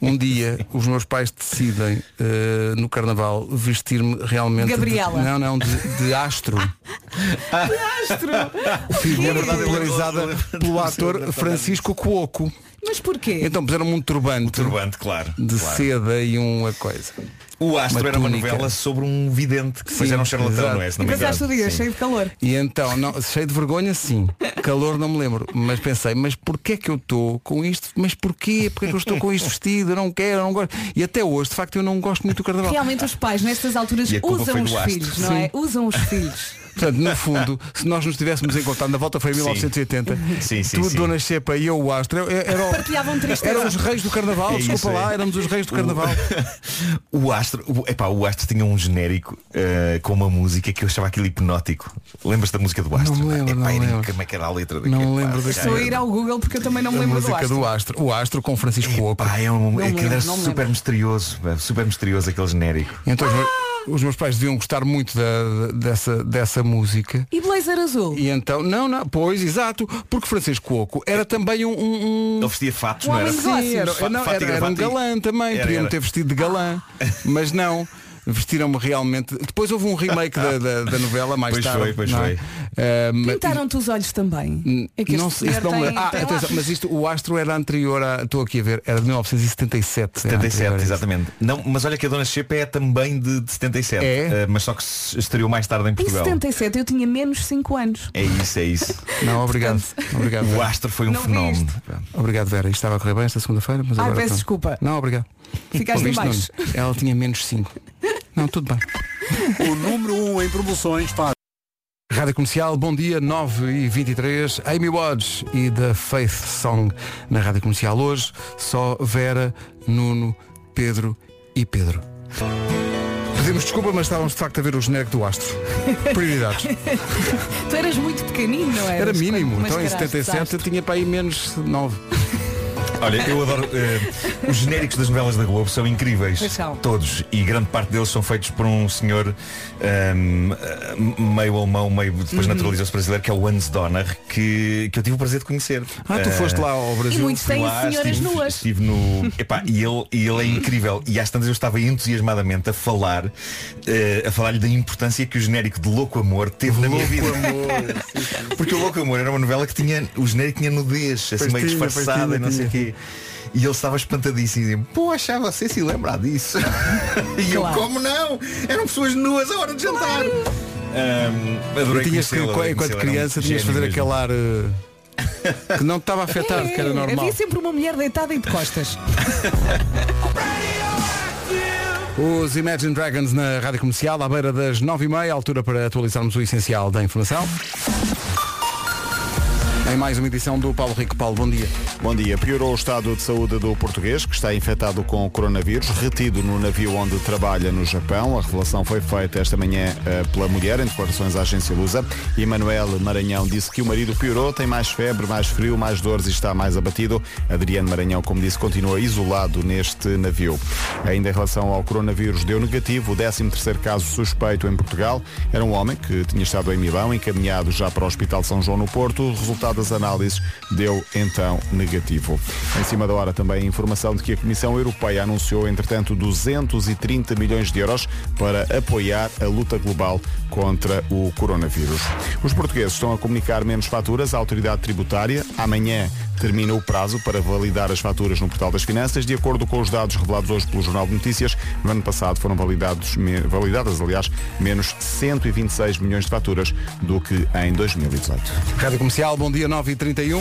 Speaker 1: um dia os meus pais decidem eh, no carnaval vestir-me realmente
Speaker 3: Gabriela.
Speaker 1: De, não, não, de, de
Speaker 3: [laughs]
Speaker 1: astro.
Speaker 21: um
Speaker 1: [laughs]
Speaker 3: Astro!
Speaker 1: Figura popularizada é pelo ator Francisco Cuoco.
Speaker 3: Mas porquê?
Speaker 1: Então puseram-me um turbante.
Speaker 11: turbante, claro.
Speaker 1: De
Speaker 11: claro.
Speaker 1: seda e uma coisa.
Speaker 11: O Astro era uma
Speaker 1: túnica.
Speaker 11: novela sobre um vidente que depois
Speaker 1: Sim,
Speaker 11: era um charlatão,
Speaker 1: exato.
Speaker 11: não é? Se não
Speaker 3: E
Speaker 11: me
Speaker 3: passaste o
Speaker 11: engano.
Speaker 3: dia
Speaker 11: Sim.
Speaker 3: cheio de calor.
Speaker 1: E então, não, cheio de vergonha, sim. Calor não me lembro. Mas pensei, mas porquê é que eu estou com isto? Mas porquê? Porquê é que eu estou com isto vestido? Eu não quero, eu não gosto. E até hoje, de facto, eu não gosto muito do carnaval.
Speaker 3: Realmente os pais nestas alturas
Speaker 1: E a culpa foi do
Speaker 3: usam os
Speaker 1: astro.
Speaker 3: filhos, não é?
Speaker 1: Sim.
Speaker 3: Usam
Speaker 1: [laughs]
Speaker 3: os filhos.
Speaker 1: Portanto, no fundo, se nós nos tivéssemos encontrado na volta foi em
Speaker 11: Sim.
Speaker 1: 1980,
Speaker 11: Sim, sim,
Speaker 1: tu,
Speaker 11: sim.
Speaker 1: Dona Xepa e eu o Astro, era, era,
Speaker 3: Partilhavam tristeza.
Speaker 1: eram os reis do carnaval,
Speaker 11: É isso
Speaker 1: desculpa
Speaker 11: aí.
Speaker 1: lá, éramos os reis do carnaval.
Speaker 11: O Astro, o, epá, o Astro tinha um genérico eh, com uma música que eu achava aquilo hipnótico. Lembras da música do Astro?
Speaker 1: Não me lembro, não me
Speaker 11: Era,
Speaker 1: lembro.
Speaker 11: como é que era a letra daquilo?
Speaker 1: Não me lembro
Speaker 11: Pá,
Speaker 1: daquilo.
Speaker 3: Estou a ir ao Google porque eu também não me
Speaker 1: A
Speaker 3: lembro do
Speaker 1: música
Speaker 3: astro.
Speaker 1: do Astro. O Astro com Francisco Oco.
Speaker 11: é um-
Speaker 1: Não me
Speaker 11: aquilo
Speaker 1: lembro,
Speaker 11: era
Speaker 1: não me
Speaker 11: super
Speaker 1: lembro.
Speaker 11: misterioso, pá, super misterioso aquele genérico.
Speaker 1: Então os meus- os meus pais deviam gostar muito da- da- dessa, dessa música.
Speaker 3: E blazer azul.
Speaker 1: E então, não, não, pois, exato, porque Francisco Coco era também um. um, um...
Speaker 11: Ele vestia fatos,
Speaker 1: Um
Speaker 11: não era?
Speaker 1: homem de negócios. Sim, era-
Speaker 11: Fa-
Speaker 1: não,
Speaker 11: fato
Speaker 1: era-
Speaker 11: e
Speaker 1: era um
Speaker 11: gravata e-
Speaker 1: galã também,
Speaker 11: Era,
Speaker 1: podiam
Speaker 11: era. Ah.
Speaker 1: ter vestido de galã, mas não. Vestiram-me realmente. Depois houve um remake da, da, da novela mais
Speaker 11: Pois
Speaker 1: tarde.
Speaker 11: foi, pois
Speaker 1: não é?
Speaker 11: foi.
Speaker 1: Ah, mas-
Speaker 3: Pintaram-te os olhos também. É que
Speaker 1: não
Speaker 3: este
Speaker 1: sei, isso
Speaker 3: senhor
Speaker 1: não me-
Speaker 3: tem-
Speaker 1: Ah,
Speaker 3: tem
Speaker 1: atenção,
Speaker 3: lápis.
Speaker 1: mas isto, o Astro era anterior a. Estou aqui a ver, era de 1977. Ah, era
Speaker 11: 77,
Speaker 1: é anterior a isso.
Speaker 11: exatamente. Não, mas olha que a Dona Xepa é também de, de 77,
Speaker 1: É?
Speaker 11: eh, mas só que se estreou mais tarde em
Speaker 3: Em
Speaker 11: Portugal.
Speaker 3: 77 eu tinha menos 5 anos.
Speaker 11: É isso, é isso.
Speaker 1: Não, obrigado. obrigado
Speaker 11: O Astro foi um
Speaker 3: Não vi
Speaker 11: fenómeno.
Speaker 1: Obrigado, Vera. Isto estava a correr bem esta segunda-feira, mas
Speaker 3: Ai,
Speaker 1: agora.
Speaker 3: Ah,
Speaker 1: então.
Speaker 3: peço
Speaker 1: pronto.
Speaker 3: desculpa. [laughs]
Speaker 1: Não, obrigado.
Speaker 3: Ficaste
Speaker 1: Ouviste,
Speaker 3: em baixo.
Speaker 1: Nuno? Ela tinha menos 5. Não, tudo bem.
Speaker 16: O número 1 um em promoções para
Speaker 1: Rádio Comercial, bom dia, 9 e 23 Amy Watts e The Faith Song na Rádio Comercial. Hoje, só Vera, Nuno, Pedro e Pedro. Pedimos desculpa, mas estávamos de facto a ver o genérico do Astro. Prioridades.
Speaker 3: tu eras muito pequenino, não eras?
Speaker 1: Era mínimo,
Speaker 3: Quando
Speaker 1: então em
Speaker 3: mascaraste,
Speaker 1: 77 eu tinha para aí menos 9.
Speaker 11: Olha, eu adoro. eh, os genéricos das novelas da Globo são incríveis.
Speaker 3: Pois são.
Speaker 11: Todos. E grande parte deles são feitos por um senhor ehm, eh, meio alemão, meio depois
Speaker 3: Uhum.
Speaker 11: naturalizou-se brasileiro, que é o Hans Donner, que, que eu tive o prazer de conhecer.
Speaker 1: Ah, tu
Speaker 11: Eh,
Speaker 1: foste lá ao Brasil? E muitos
Speaker 11: fui
Speaker 1: têm
Speaker 11: lá,
Speaker 1: senhoras
Speaker 11: estive,
Speaker 1: nuas.
Speaker 11: Estive no. Epá, e, ele,
Speaker 1: [clears throat]
Speaker 11: e ele é incrível. E às tantas eu estava entusiasmadamente a falar, eh, a falar-lhe da importância que o genérico de Louco Amor teve na minha
Speaker 1: Louco
Speaker 11: vida.
Speaker 1: Amor.
Speaker 11: Porque o Louco Amor era uma novela que tinha, o genérico tinha nudez, assim
Speaker 1: Pois
Speaker 11: meio
Speaker 1: tinha, pois tinha,
Speaker 11: disfarçada e não sei o quê. E ele estava espantadíssimo. dizia-me, Poxa, você se lembra disso? e eu,
Speaker 14: Claro.
Speaker 11: como não? Eram pessoas nuas à hora de jantar. [laughs] Ahm, adorei
Speaker 1: E tinhas que,
Speaker 11: conhecê-lo, adorei
Speaker 1: enquanto
Speaker 11: conhecê-lo,
Speaker 1: criança,
Speaker 11: era
Speaker 1: tinhas
Speaker 11: um
Speaker 1: de
Speaker 11: gênio
Speaker 1: fazer
Speaker 11: mesmo.
Speaker 1: aquele ar eh, que não te estava a afetar, que era
Speaker 3: É,
Speaker 1: normal.
Speaker 3: Havia sempre uma mulher deitada e de costas.
Speaker 1: Os Imagine Dragons na Rádio Comercial, à beira das 9h30, altura para atualizarmos o essencial da informação. Em mais uma edição do Paulo Rico. Paulo, bom dia.
Speaker 16: Bom dia. Piorou o estado de saúde do português, que está infectado com o coronavírus, retido no navio onde trabalha no Japão. A revelação foi feita esta manhã eh, pela mulher, em declarações à agência Lusa. Emanuel Maranhão disse que o marido piorou, tem mais febre, mais frio, mais dores e está mais abatido. Adriano Maranhão, como disse, continua isolado neste navio. Ainda em relação ao coronavírus, deu negativo o 13º caso suspeito em Portugal. Era um homem que tinha estado em Milão, encaminhado já para o Hospital São João no Porto. O resultado das análises deu então negativo. Em cima da hora também a informação de que a Comissão Europeia anunciou, entretanto, 230 milhões de euros para apoiar a luta global contra o coronavírus. Os portugueses estão a comunicar menos faturas à autoridade tributária. Amanhã termina o prazo para validar as faturas no Portal das Finanças. De acordo com os dados revelados hoje pelo Jornal de Notícias, no ano passado foram validados, me- validadas, aliás, menos 126 milhões de faturas do que em 2018.
Speaker 1: Rádio Comercial, bom dia 9 e 31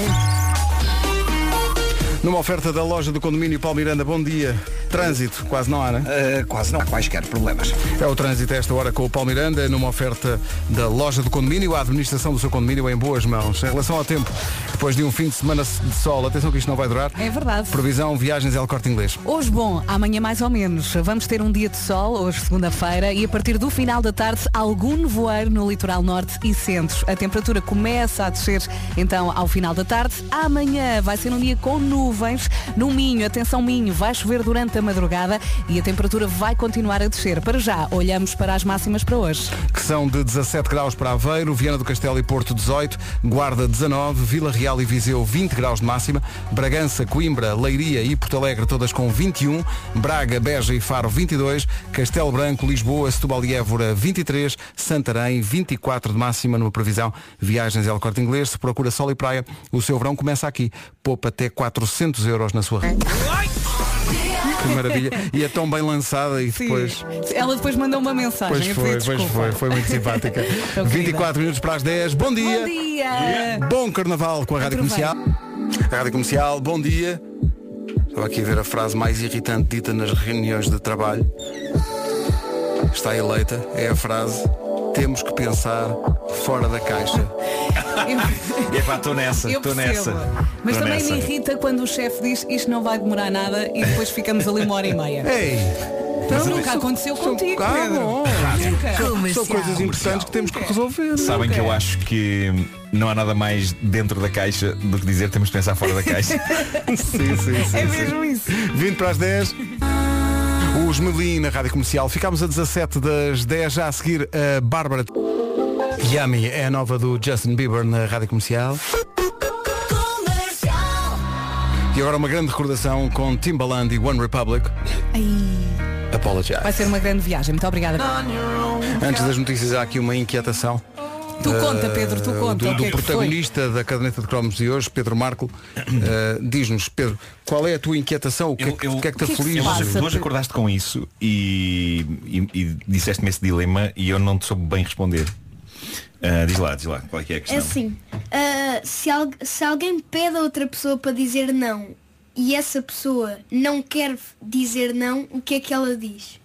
Speaker 1: Numa oferta da loja do condomínio Paulo Miranda, bom dia. Trânsito, quase não há, né?
Speaker 2: Eh, quase não, quaisquer problemas.
Speaker 1: É o trânsito a esta hora com o Paulo Miranda, numa oferta da loja do condomínio, a administração do seu condomínio é em boas mãos. Em relação ao tempo, depois de um fim de semana de sol, atenção que isto não vai durar.
Speaker 3: É verdade.
Speaker 1: Previsão, viagens, El Corte Inglês.
Speaker 3: Hoje bom, amanhã mais ou menos. Vamos ter um dia de sol, hoje segunda-feira, e a partir do final da tarde algum nevoeiro no litoral norte e centro. A temperatura começa a descer, então, ao final da tarde. Amanhã vai ser um dia com nuvens. No Minho, atenção Minho, vai chover durante a madrugada e a temperatura vai continuar a descer. Para já, olhamos para as máximas para hoje.
Speaker 1: que são de 17 graus para Aveiro, Viana do Castelo e Porto 18, Guarda 19, Vila Real e Viseu 20 graus de máxima, Bragança, Coimbra, Leiria e Porto Alegre todas com 21, Braga, Beja e Faro 22, Castelo Branco, Lisboa, Setúbal e Évora 23, Santarém 24 de máxima numa previsão. Viagens El Corte Inglês, se procura sol e praia, o seu verão começa aqui. Poupa até 400 euros na sua renda. Que maravilha. E é tão bem lançada e depois...
Speaker 3: Ela depois mandou uma mensagem.
Speaker 1: Pois
Speaker 3: eu
Speaker 1: foi,
Speaker 3: pedi
Speaker 1: pois
Speaker 3: desculpa.
Speaker 1: foi, foi muito
Speaker 3: [laughs]
Speaker 1: simpática. 24 minutos para as 10, bom dia!
Speaker 3: Bom dia.
Speaker 1: Bom carnaval com a Rádio
Speaker 3: Aproveita.
Speaker 1: Comercial. A Rádio Comercial, bom dia. Estava aqui a ver a frase mais irritante dita nas reuniões de trabalho. Está eleita, é a frase temos que pensar fora da
Speaker 11: [laughs]
Speaker 1: caixa.
Speaker 11: E é pá, estou nessa,
Speaker 3: Eu
Speaker 11: estou
Speaker 3: percebo.
Speaker 11: nessa.
Speaker 3: Mas
Speaker 11: Tô
Speaker 3: também
Speaker 11: nessa.
Speaker 3: me irrita quando o chefe diz isto não vai demorar nada e depois ficamos ali uma hora e meia.
Speaker 1: [laughs] Ei!
Speaker 3: Então nunca aconteceu contigo,
Speaker 1: Tá
Speaker 3: Pedro. Nunca.
Speaker 1: São coisas importantes que temos que resolver. é?
Speaker 11: Sabem que eu acho que não há nada mais dentro da caixa do que dizer temos que pensar fora
Speaker 1: [laughs]
Speaker 11: da caixa.
Speaker 1: sim, sim, sim.
Speaker 11: É
Speaker 1: sim.
Speaker 11: mesmo
Speaker 3: isso.
Speaker 1: 20 para as 10. Os Melim na Rádio Comercial. Ficámos a 17 das 10. Já a seguir, a Bárbara Yami é a nova do Justin Bieber na Rádio Comercial. E agora uma grande recordação com Timbaland e One Republic.
Speaker 3: Ai,
Speaker 1: Apologize.
Speaker 3: vai ser uma grande viagem. Muito obrigada.
Speaker 1: Antes das notícias há aqui uma inquietação.
Speaker 3: Tu
Speaker 1: Eh,
Speaker 3: conta, Pedro, tu conta,
Speaker 1: Do,
Speaker 3: o
Speaker 1: do
Speaker 3: que é que foi?
Speaker 1: protagonista da caderneta de cromos de hoje, Pedro Marco, eh, diz-nos, Pedro, qual é a tua inquietação? O que, é que- o que é que te aflige?
Speaker 11: Tu hoje acordaste com isso e, e- e disseste-me esse dilema e eu não te soube bem responder. Ah, diz lá, diz lá, qual é, que é a
Speaker 13: É
Speaker 11: questão?
Speaker 13: assim, ah, se, al- se alguém pede a outra pessoa para dizer não e essa pessoa não quer dizer não, o que é que ela diz?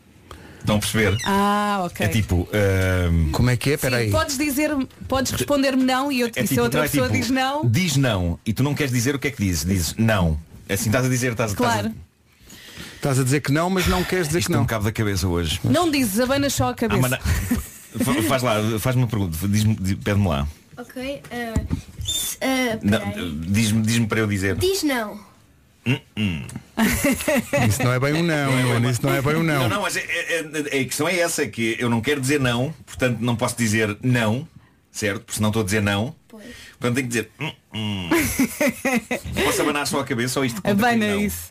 Speaker 11: Estão a perceber?
Speaker 3: Ah, ok.
Speaker 11: É tipo. ahm,
Speaker 1: Como é que é?
Speaker 3: Sim, podes dizer, podes responder-me não e, eu,
Speaker 11: É
Speaker 3: e se
Speaker 11: tipo,
Speaker 3: a outra
Speaker 11: não é
Speaker 3: pessoa
Speaker 11: tipo,
Speaker 3: diz não,
Speaker 1: Tá
Speaker 11: Diz não e tu não queres dizer o que é que dizes. Dizes não. Assim estás a dizer, estás, estás
Speaker 3: claro.
Speaker 1: Estás a dizer que não, mas não queres dizer
Speaker 11: Isto que não. um cabo da cabeça hoje.
Speaker 3: Não dizes, abana só a
Speaker 11: Ah,
Speaker 3: cabeça.
Speaker 11: mas na- Fa- Faz lá, faz-me uma pergunta, diz-me- di- pede-me lá.
Speaker 13: Ok? ah, se- ah,
Speaker 11: Não,
Speaker 13: peraí.
Speaker 11: Diz-me diz-me para eu dizer.
Speaker 13: diz não.
Speaker 11: Hum, hum.
Speaker 1: Isso não é bem um não, Ana, isso não é bem um não.
Speaker 11: Não, não, mas é- é- é- a questão é essa, é que eu não quero dizer não, portanto não posso dizer não, certo? Porque senão estou a dizer não. Portanto tenho que dizer. hum,
Speaker 3: [laughs]
Speaker 11: hum. posso abanar só a cabeça ou isto conta
Speaker 3: Abana
Speaker 11: como não?
Speaker 3: isso.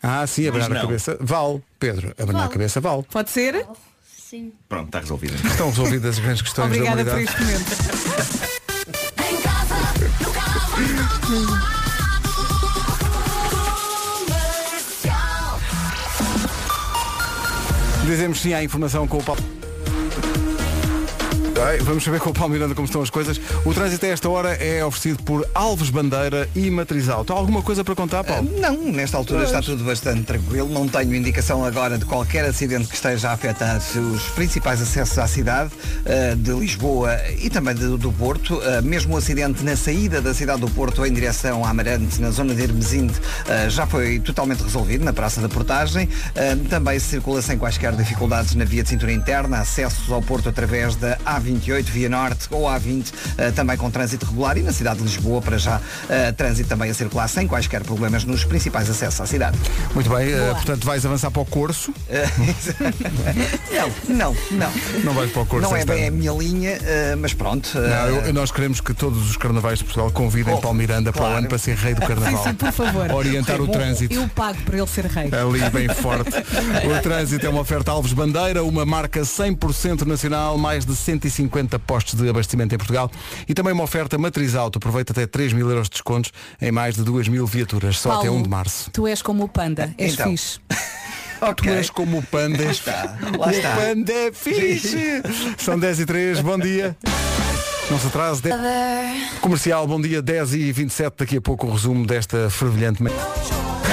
Speaker 1: Ah, sim, abanar
Speaker 11: Mas
Speaker 1: a
Speaker 11: não.
Speaker 1: cabeça. Vale, Pedro, abanar a
Speaker 3: Vale.
Speaker 1: cabeça, vale.
Speaker 3: Pode
Speaker 1: Então,
Speaker 3: ser?
Speaker 13: Sim.
Speaker 11: Pronto, está resolvido.
Speaker 1: Estão resolvidas as grandes questões
Speaker 3: Obrigada
Speaker 1: da
Speaker 3: por
Speaker 1: humanidade.
Speaker 3: este momento.
Speaker 1: Dizemos sim à informação com o Paulo. Ai, vamos saber com o Paulo Miranda como estão as coisas. O trânsito a esta hora é oferecido por Alves Bandeira e Matriz Alto. Há alguma coisa para contar, Paulo?
Speaker 2: Eh, Não, nesta altura
Speaker 1: Pois.
Speaker 2: está tudo bastante tranquilo. Não tenho indicação agora de qualquer acidente que esteja a afetar os principais acessos à cidade, eh, de Lisboa e também de- do Porto. Eh, Mesmo o acidente na saída da cidade do Porto em direção a Amarante, na zona de Hermesinde, eh, já foi totalmente resolvido na Praça da Portagem. Eh, Também circula sem quaisquer dificuldades na via de cintura interna, acessos ao Porto através da A28, Via Norte ou A20, eh, também com trânsito regular e na cidade de Lisboa, para já, eh, trânsito também a circular sem quaisquer problemas nos principais acessos à cidade. Eh,
Speaker 1: Muito bem, eh, portanto vais avançar para o curso.
Speaker 2: [laughs] não, não.
Speaker 1: Não vais para o curso.
Speaker 2: Não é
Speaker 1: esta-
Speaker 2: bem a minha linha, eh, mas pronto. eh, Oh,
Speaker 1: Não, eu- nós queremos que todos os carnavais de Portugal convidem Paulo Miranda para o
Speaker 2: claro.
Speaker 1: ano para ser rei do carnaval.
Speaker 3: Sim, sim, por favor.
Speaker 1: Orientar o trânsito.
Speaker 3: Eu pago para ele ser rei.
Speaker 1: Ali bem
Speaker 3: [laughs]
Speaker 1: [laughs] forte. O trânsito é uma oferta Alves Bandeira, uma marca 100% nacional, mais de 150 150 postos de abastecimento em Portugal e também uma oferta matriz alto. Aproveita até 3 mil euros de descontos em mais de 2 mil viaturas, só até
Speaker 3: Paulo,
Speaker 1: 1 de março.
Speaker 3: Tu és como o panda, és
Speaker 1: Então.
Speaker 3: [laughs] fixe.
Speaker 1: Tu és como o panda.
Speaker 3: lá
Speaker 1: o
Speaker 3: está.
Speaker 1: panda é fixe. São 10 e 3, bom dia. Não se atrase. de- Comercial, bom dia, 10 e 27 Daqui a pouco o resumo desta fervilhante... ma-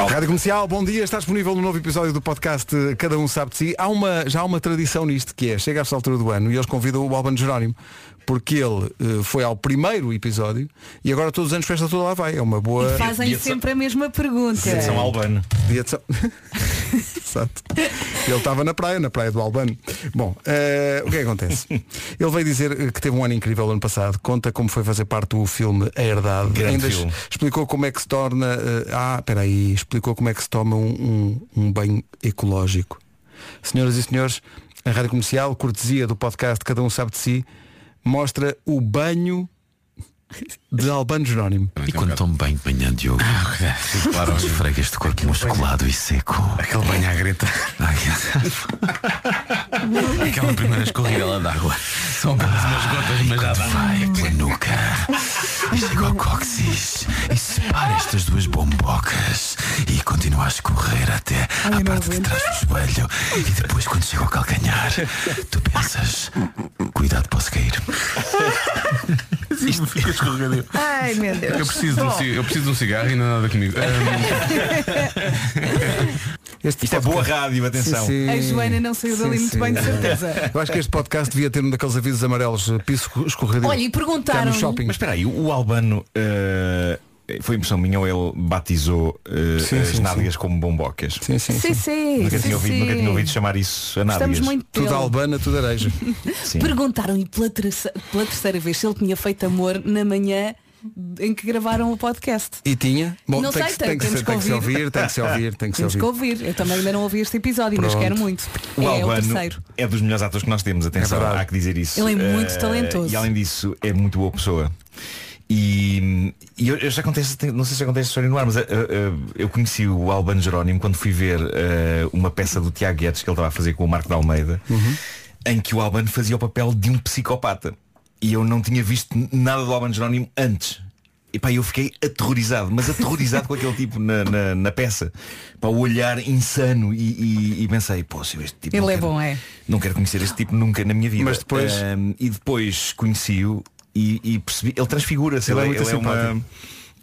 Speaker 1: Rádio Comercial, bom dia. Está disponível no novo episódio do podcast eh, Cada Um Sabe de Si. Há uma, já há uma tradição nisto, que é, chega a esta altura do ano e eles convidam o Albano Jerónimo, porque ele eh, foi ao primeiro episódio e agora todos os anos festa toda lá vai. É uma boa...
Speaker 11: eh,
Speaker 3: E fazem sempre a mesma pergunta.
Speaker 1: Albano. Dia de São... [laughs] Exato. Ele estava na praia, na praia do Albano. Bom, eh, o que é que
Speaker 11: [laughs]
Speaker 1: acontece? Ele veio dizer eh, que teve um ano incrível ano passado, conta como foi fazer parte do filme A Herdade.
Speaker 11: Grande
Speaker 1: Ainda
Speaker 11: filme.
Speaker 1: es- explicou como é que se torna. eh, ah, espera aí, explicou como é que se toma um, um, um banho ecológico. Senhoras e senhores, a Rádio Comercial, cortesia do podcast Cada Um Sabe de Si, mostra o banho de Albano Jerónimo.
Speaker 9: E quando tomo banho de manhã, Diogo, claro, esfrega este corpo musculado e seco. Aquele banho à greta. [laughs] Aquela primeira escorridela d'água. Ah, São apenas umas gotas, mas já vai pela nuca. E chega ao cóccix e separa estas duas bombocas e continua a escorrer até à parte de trás do joelho. E depois, quando chega ao calcanhar, tu pensas, cuidado, posso cair.
Speaker 18: Isto fica escorregadio.
Speaker 12: Ai, meu Deus.
Speaker 9: Eu preciso de um
Speaker 12: Bom,
Speaker 9: ci-
Speaker 18: Eu preciso de um cigarro e não há nada
Speaker 12: [laughs]
Speaker 18: comigo.
Speaker 1: Isto é boa
Speaker 11: rádio,
Speaker 1: atenção. Sim, sim.
Speaker 3: A Joana não saiu dali muito bem,
Speaker 1: [laughs]
Speaker 3: de certeza.
Speaker 1: Eu acho que este podcast devia ter um daqueles avisos amarelos, eh, piso escorregadio.
Speaker 3: Olha, e
Speaker 1: Está
Speaker 3: perguntaram-
Speaker 1: no shopping.
Speaker 11: Mas espera aí, o Albano eh, foi impressão minha ou ele batizou eh,
Speaker 1: Sim,
Speaker 11: as
Speaker 1: sim,
Speaker 11: nádegas como bombocas?
Speaker 1: Sim, sim.
Speaker 3: Sim, sim.
Speaker 11: Nunca,
Speaker 3: sim,
Speaker 11: tinha ouvido, nunca
Speaker 3: sim.
Speaker 11: tinha ouvido chamar isso a nádegas.
Speaker 3: Estamos muito Tudo pelo-
Speaker 1: albana, tudo areja.
Speaker 3: [laughs] Perguntaram-lhe pela, terce- pela terceira vez se ele tinha feito amor na manhã em que gravaram o podcast.
Speaker 1: E tinha? Bom,
Speaker 3: Não
Speaker 1: tem,
Speaker 3: sei,
Speaker 1: que, tem,
Speaker 3: tem-
Speaker 1: que
Speaker 3: temos
Speaker 1: ser-
Speaker 3: que
Speaker 1: tem que se
Speaker 3: ouvir.
Speaker 1: ouvir, tem que se ouvir, tem que se
Speaker 3: Temos
Speaker 1: ouvir.
Speaker 3: que ouvir. Eu também ainda não ouvi este episódio, mas
Speaker 11: Pronto.
Speaker 3: quero muito.
Speaker 11: O
Speaker 3: é o
Speaker 11: Albano
Speaker 3: terceiro.
Speaker 11: é dos melhores atores que nós temos, atenção, há que dizer isso.
Speaker 3: Ele é muito
Speaker 11: Eh,
Speaker 3: talentoso.
Speaker 11: E além disso, é muito boa pessoa. E, e eu, eu já acontece, não sei se acontece história no ar, mas eh, eh, eu conheci o Albano Jerónimo quando fui ver eh, uma peça do Tiago Guedes que ele estava a fazer com o Marco de Almeida, em que o Albano fazia o papel de um psicopata. E eu não tinha visto nada do Albano Jerónimo antes. E pá, eu fiquei aterrorizado, mas aterrorizado com aquele tipo na, na, na peça. Pá, o olhar insano e, e, e pensei, pô, se eu este tipo não
Speaker 3: Ele é
Speaker 11: quero-
Speaker 3: bom,
Speaker 11: [laughs]
Speaker 3: é.
Speaker 11: não quero conhecer este tipo nunca na minha vida.
Speaker 1: Mas depois-
Speaker 11: Ahm, e depois conheci-o e, e percebi. Ele transfigura-se.
Speaker 1: Ele
Speaker 11: Ele,
Speaker 1: é
Speaker 11: é-
Speaker 1: muito
Speaker 11: ele é uma.
Speaker 1: simpático.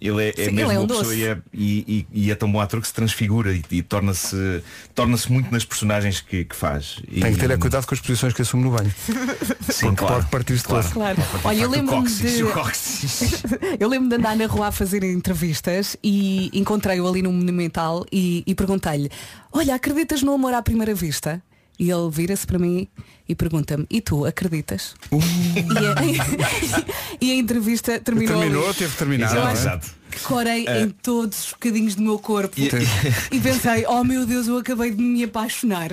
Speaker 11: Ele é, é
Speaker 1: Sim,
Speaker 11: mesmo
Speaker 1: ele é um
Speaker 11: uma pessoa
Speaker 1: doce.
Speaker 11: e é, e, e- e é tão bom ator que se transfigura e, e torna-se torna muito nas personagens que, que faz. E-
Speaker 1: Tem que ter é cuidado com as posições que assume no banho.
Speaker 11: Sim,
Speaker 1: porque pode partir de claro.
Speaker 3: Claro. Olha, eu lembro-me de... [laughs] eu lembro de andar na rua a fazer entrevistas e encontrei-o ali no Monumental e, e perguntei-lhe, olha, acreditas no amor à primeira vista? E ele vira-se para mim e pergunta-me, e tu acreditas? E, a, [laughs] e a entrevista terminou.
Speaker 1: Terminou,
Speaker 3: ali.
Speaker 1: teve de terminar,
Speaker 3: Eu
Speaker 1: não é?
Speaker 3: acho
Speaker 1: Exato.
Speaker 3: que Corei
Speaker 1: Eh,
Speaker 3: em todos os bocadinhos do meu corpo
Speaker 1: E-
Speaker 3: e, pensei, oh meu Deus, eu acabei de me apaixonar.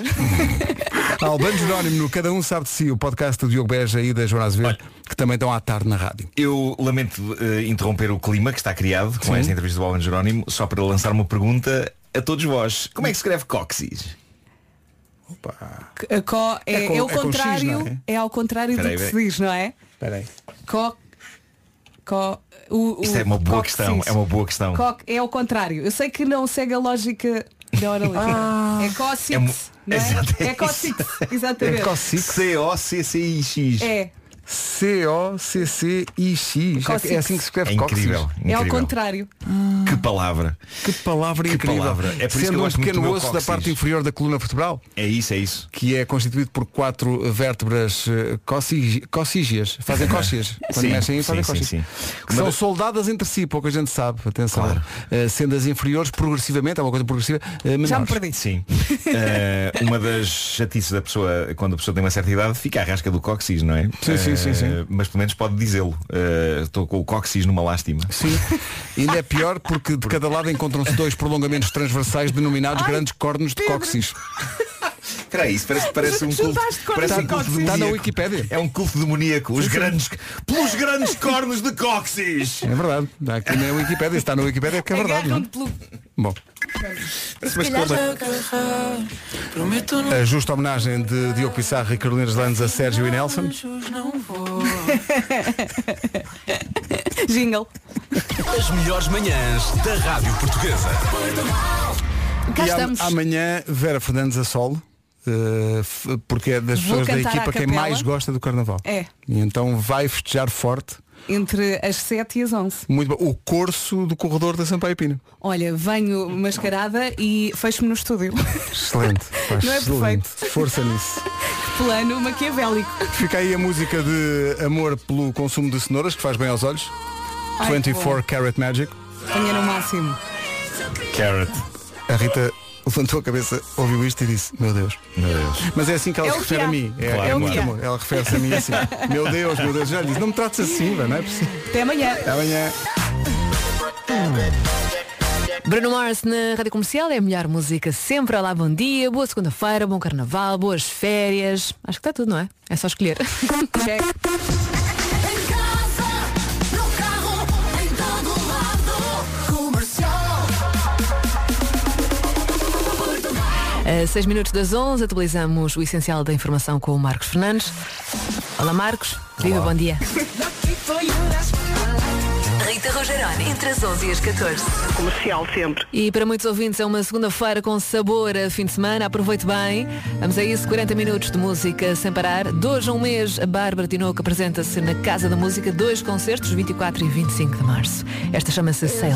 Speaker 1: Albano Jerónimo, no Cada Um Sabe de Si, o podcast do Diogo Beja e da Joana Azevedo, que também estão à tarde na rádio.
Speaker 11: Eu lamento eh, interromper o clima que está criado com
Speaker 1: Sim.
Speaker 11: esta entrevista do Alan Jerónimo, só para lançar uma pergunta a todos vós. Como é que se escreve coxis?
Speaker 3: A co é,
Speaker 11: É com-
Speaker 3: é
Speaker 11: é
Speaker 3: o
Speaker 11: com X,
Speaker 3: contrário,
Speaker 11: não
Speaker 3: é? ao contrário
Speaker 11: Peraí,
Speaker 3: do que se
Speaker 11: peraí.
Speaker 3: diz, não é? Co, co, o, o-
Speaker 11: Isto é uma boa
Speaker 3: coxis.
Speaker 11: questão, é uma boa questão.
Speaker 3: Co- é ao contrário. Eu sei que não segue a lógica da hora livre. é cócix,
Speaker 11: É mu-
Speaker 3: não
Speaker 11: Exato,
Speaker 3: é?
Speaker 11: é
Speaker 3: É
Speaker 11: [laughs]
Speaker 3: cócix, exatamente.
Speaker 11: C-O-C-C-I-X.
Speaker 1: É. C-O-C-C-I-X. É- É assim que se escreve
Speaker 11: É
Speaker 1: cóccix.
Speaker 11: incrível,
Speaker 3: É ao
Speaker 11: incrível. [laughs]
Speaker 3: contrário.
Speaker 11: Que palavra.
Speaker 1: Que palavra
Speaker 11: Que
Speaker 1: incrível.
Speaker 11: palavra. É por isso
Speaker 1: Sendo
Speaker 11: que eu
Speaker 1: um
Speaker 11: gosto muito
Speaker 1: pequeno
Speaker 11: do meu
Speaker 1: osso da
Speaker 11: cóccix.
Speaker 1: parte inferior da coluna vertebral.
Speaker 11: É isso,
Speaker 1: [laughs]
Speaker 11: é isso.
Speaker 1: Que é constituído por quatro vértebras eh, cossi- cossígeas. Fazem
Speaker 11: [laughs]
Speaker 1: cóceas. Quando
Speaker 11: Sim,
Speaker 1: mexem aí, fazem
Speaker 11: sim,
Speaker 1: cóceas.
Speaker 11: sim,
Speaker 1: Que são soldadas entre si, pouca gente sabe. Atenção. Eh, sendo as inferiores, progressivamente, é uma coisa progressiva, eh, menores.
Speaker 11: Sim. Eh, uma das chatices da pessoa, quando a pessoa tem uma certa idade, fica a rasca do cóccix, não é?
Speaker 1: Sim, sim,
Speaker 11: Eh,
Speaker 1: sim, sim.
Speaker 11: Mas pelo menos pode dizê-lo. Eh, Estou com o cóccix numa lástima. [laughs]
Speaker 1: Sim. [laughs] Ainda é pior porque de cada lado encontram-se dois prolongamentos transversais denominados grandes cornos de cóccix.
Speaker 11: Espera aí,
Speaker 1: [laughs]
Speaker 11: isso parece, parece um culto.
Speaker 14: Juntaste cornos
Speaker 11: Parece
Speaker 14: e
Speaker 11: um culto
Speaker 14: cóccix. Está na
Speaker 11: Wikipédia. É um culto demoníaco. Os grandes, pelos grandes cornos de cóccix.
Speaker 1: É verdade. Está aqui na Wikipédia. Está na Wikipédia que é verdade. não é? Bom.
Speaker 11: Parece uma escola.
Speaker 9: é
Speaker 1: A justa homenagem de Diogo Pissarro e Carolina Landes a Sérgio e Nelson.
Speaker 3: Jingle.
Speaker 9: As melhores manhãs da Rádio Portuguesa.
Speaker 1: e am- amanhã Vera Fernandes a solo. eh, f- porque é das
Speaker 3: Vou
Speaker 1: pessoas da
Speaker 3: cantar à
Speaker 1: equipa quem
Speaker 3: capela.
Speaker 1: mais gosta do carnaval.
Speaker 3: É.
Speaker 1: E então vai festejar forte.
Speaker 3: Entre as 7 e as 11.
Speaker 1: Muito bom. O corso do corredor da Sampaio Pina.
Speaker 3: Olha, venho mascarada e fecho-me no estúdio. [laughs]
Speaker 1: Excelente. pá,
Speaker 3: Não é
Speaker 1: excelente. Força nisso.
Speaker 3: Plano maquiavélico.
Speaker 1: Fica aí a música de Amor pelo consumo de cenouras, que faz bem aos olhos.
Speaker 3: Ai, que
Speaker 1: 24
Speaker 3: bom.
Speaker 1: Carat Magic.
Speaker 3: Tenha no máximo.
Speaker 11: Carrot.
Speaker 1: A Rita levantou a cabeça, ouviu isto e disse, meu Deus.
Speaker 11: Meu Deus.
Speaker 1: Mas é assim que ela
Speaker 3: É
Speaker 1: se
Speaker 3: o que
Speaker 1: refere
Speaker 3: há.
Speaker 1: a mim. É,
Speaker 11: Claro,
Speaker 1: é
Speaker 11: claro.
Speaker 1: muito
Speaker 11: É o que
Speaker 1: amor. Ela refere-se a mim assim. Meu Deus, meu Deus. Já lhe disse, não me trates assim, vai, não é possível.
Speaker 3: Até amanhã.
Speaker 1: Até amanhã.
Speaker 4: Bruno Mars na Rádio Comercial é a melhor música sempre. Olá, bom dia, boa segunda-feira, bom carnaval, boas férias. Acho que está tudo, não é? É só
Speaker 3: [laughs]
Speaker 4: escolher. A 6 Eh, minutos das 11, atualizamos o essencial da informação com o Marcos Fernandes. Olá, Marcos. Viva, bom dia.
Speaker 12: Rita Rogeroni, entre as 11 e as 14. Comercial sempre.
Speaker 4: E para muitos ouvintes é uma segunda-feira com sabor a fim de semana. Aproveite bem. Vamos a isso, 40 minutos de música sem parar. Dois a um mês, a Bárbara Tinoco apresenta-se na Casa da Música, dois concertos, 24 e 25 de março. Esta chama-se Sei Lá.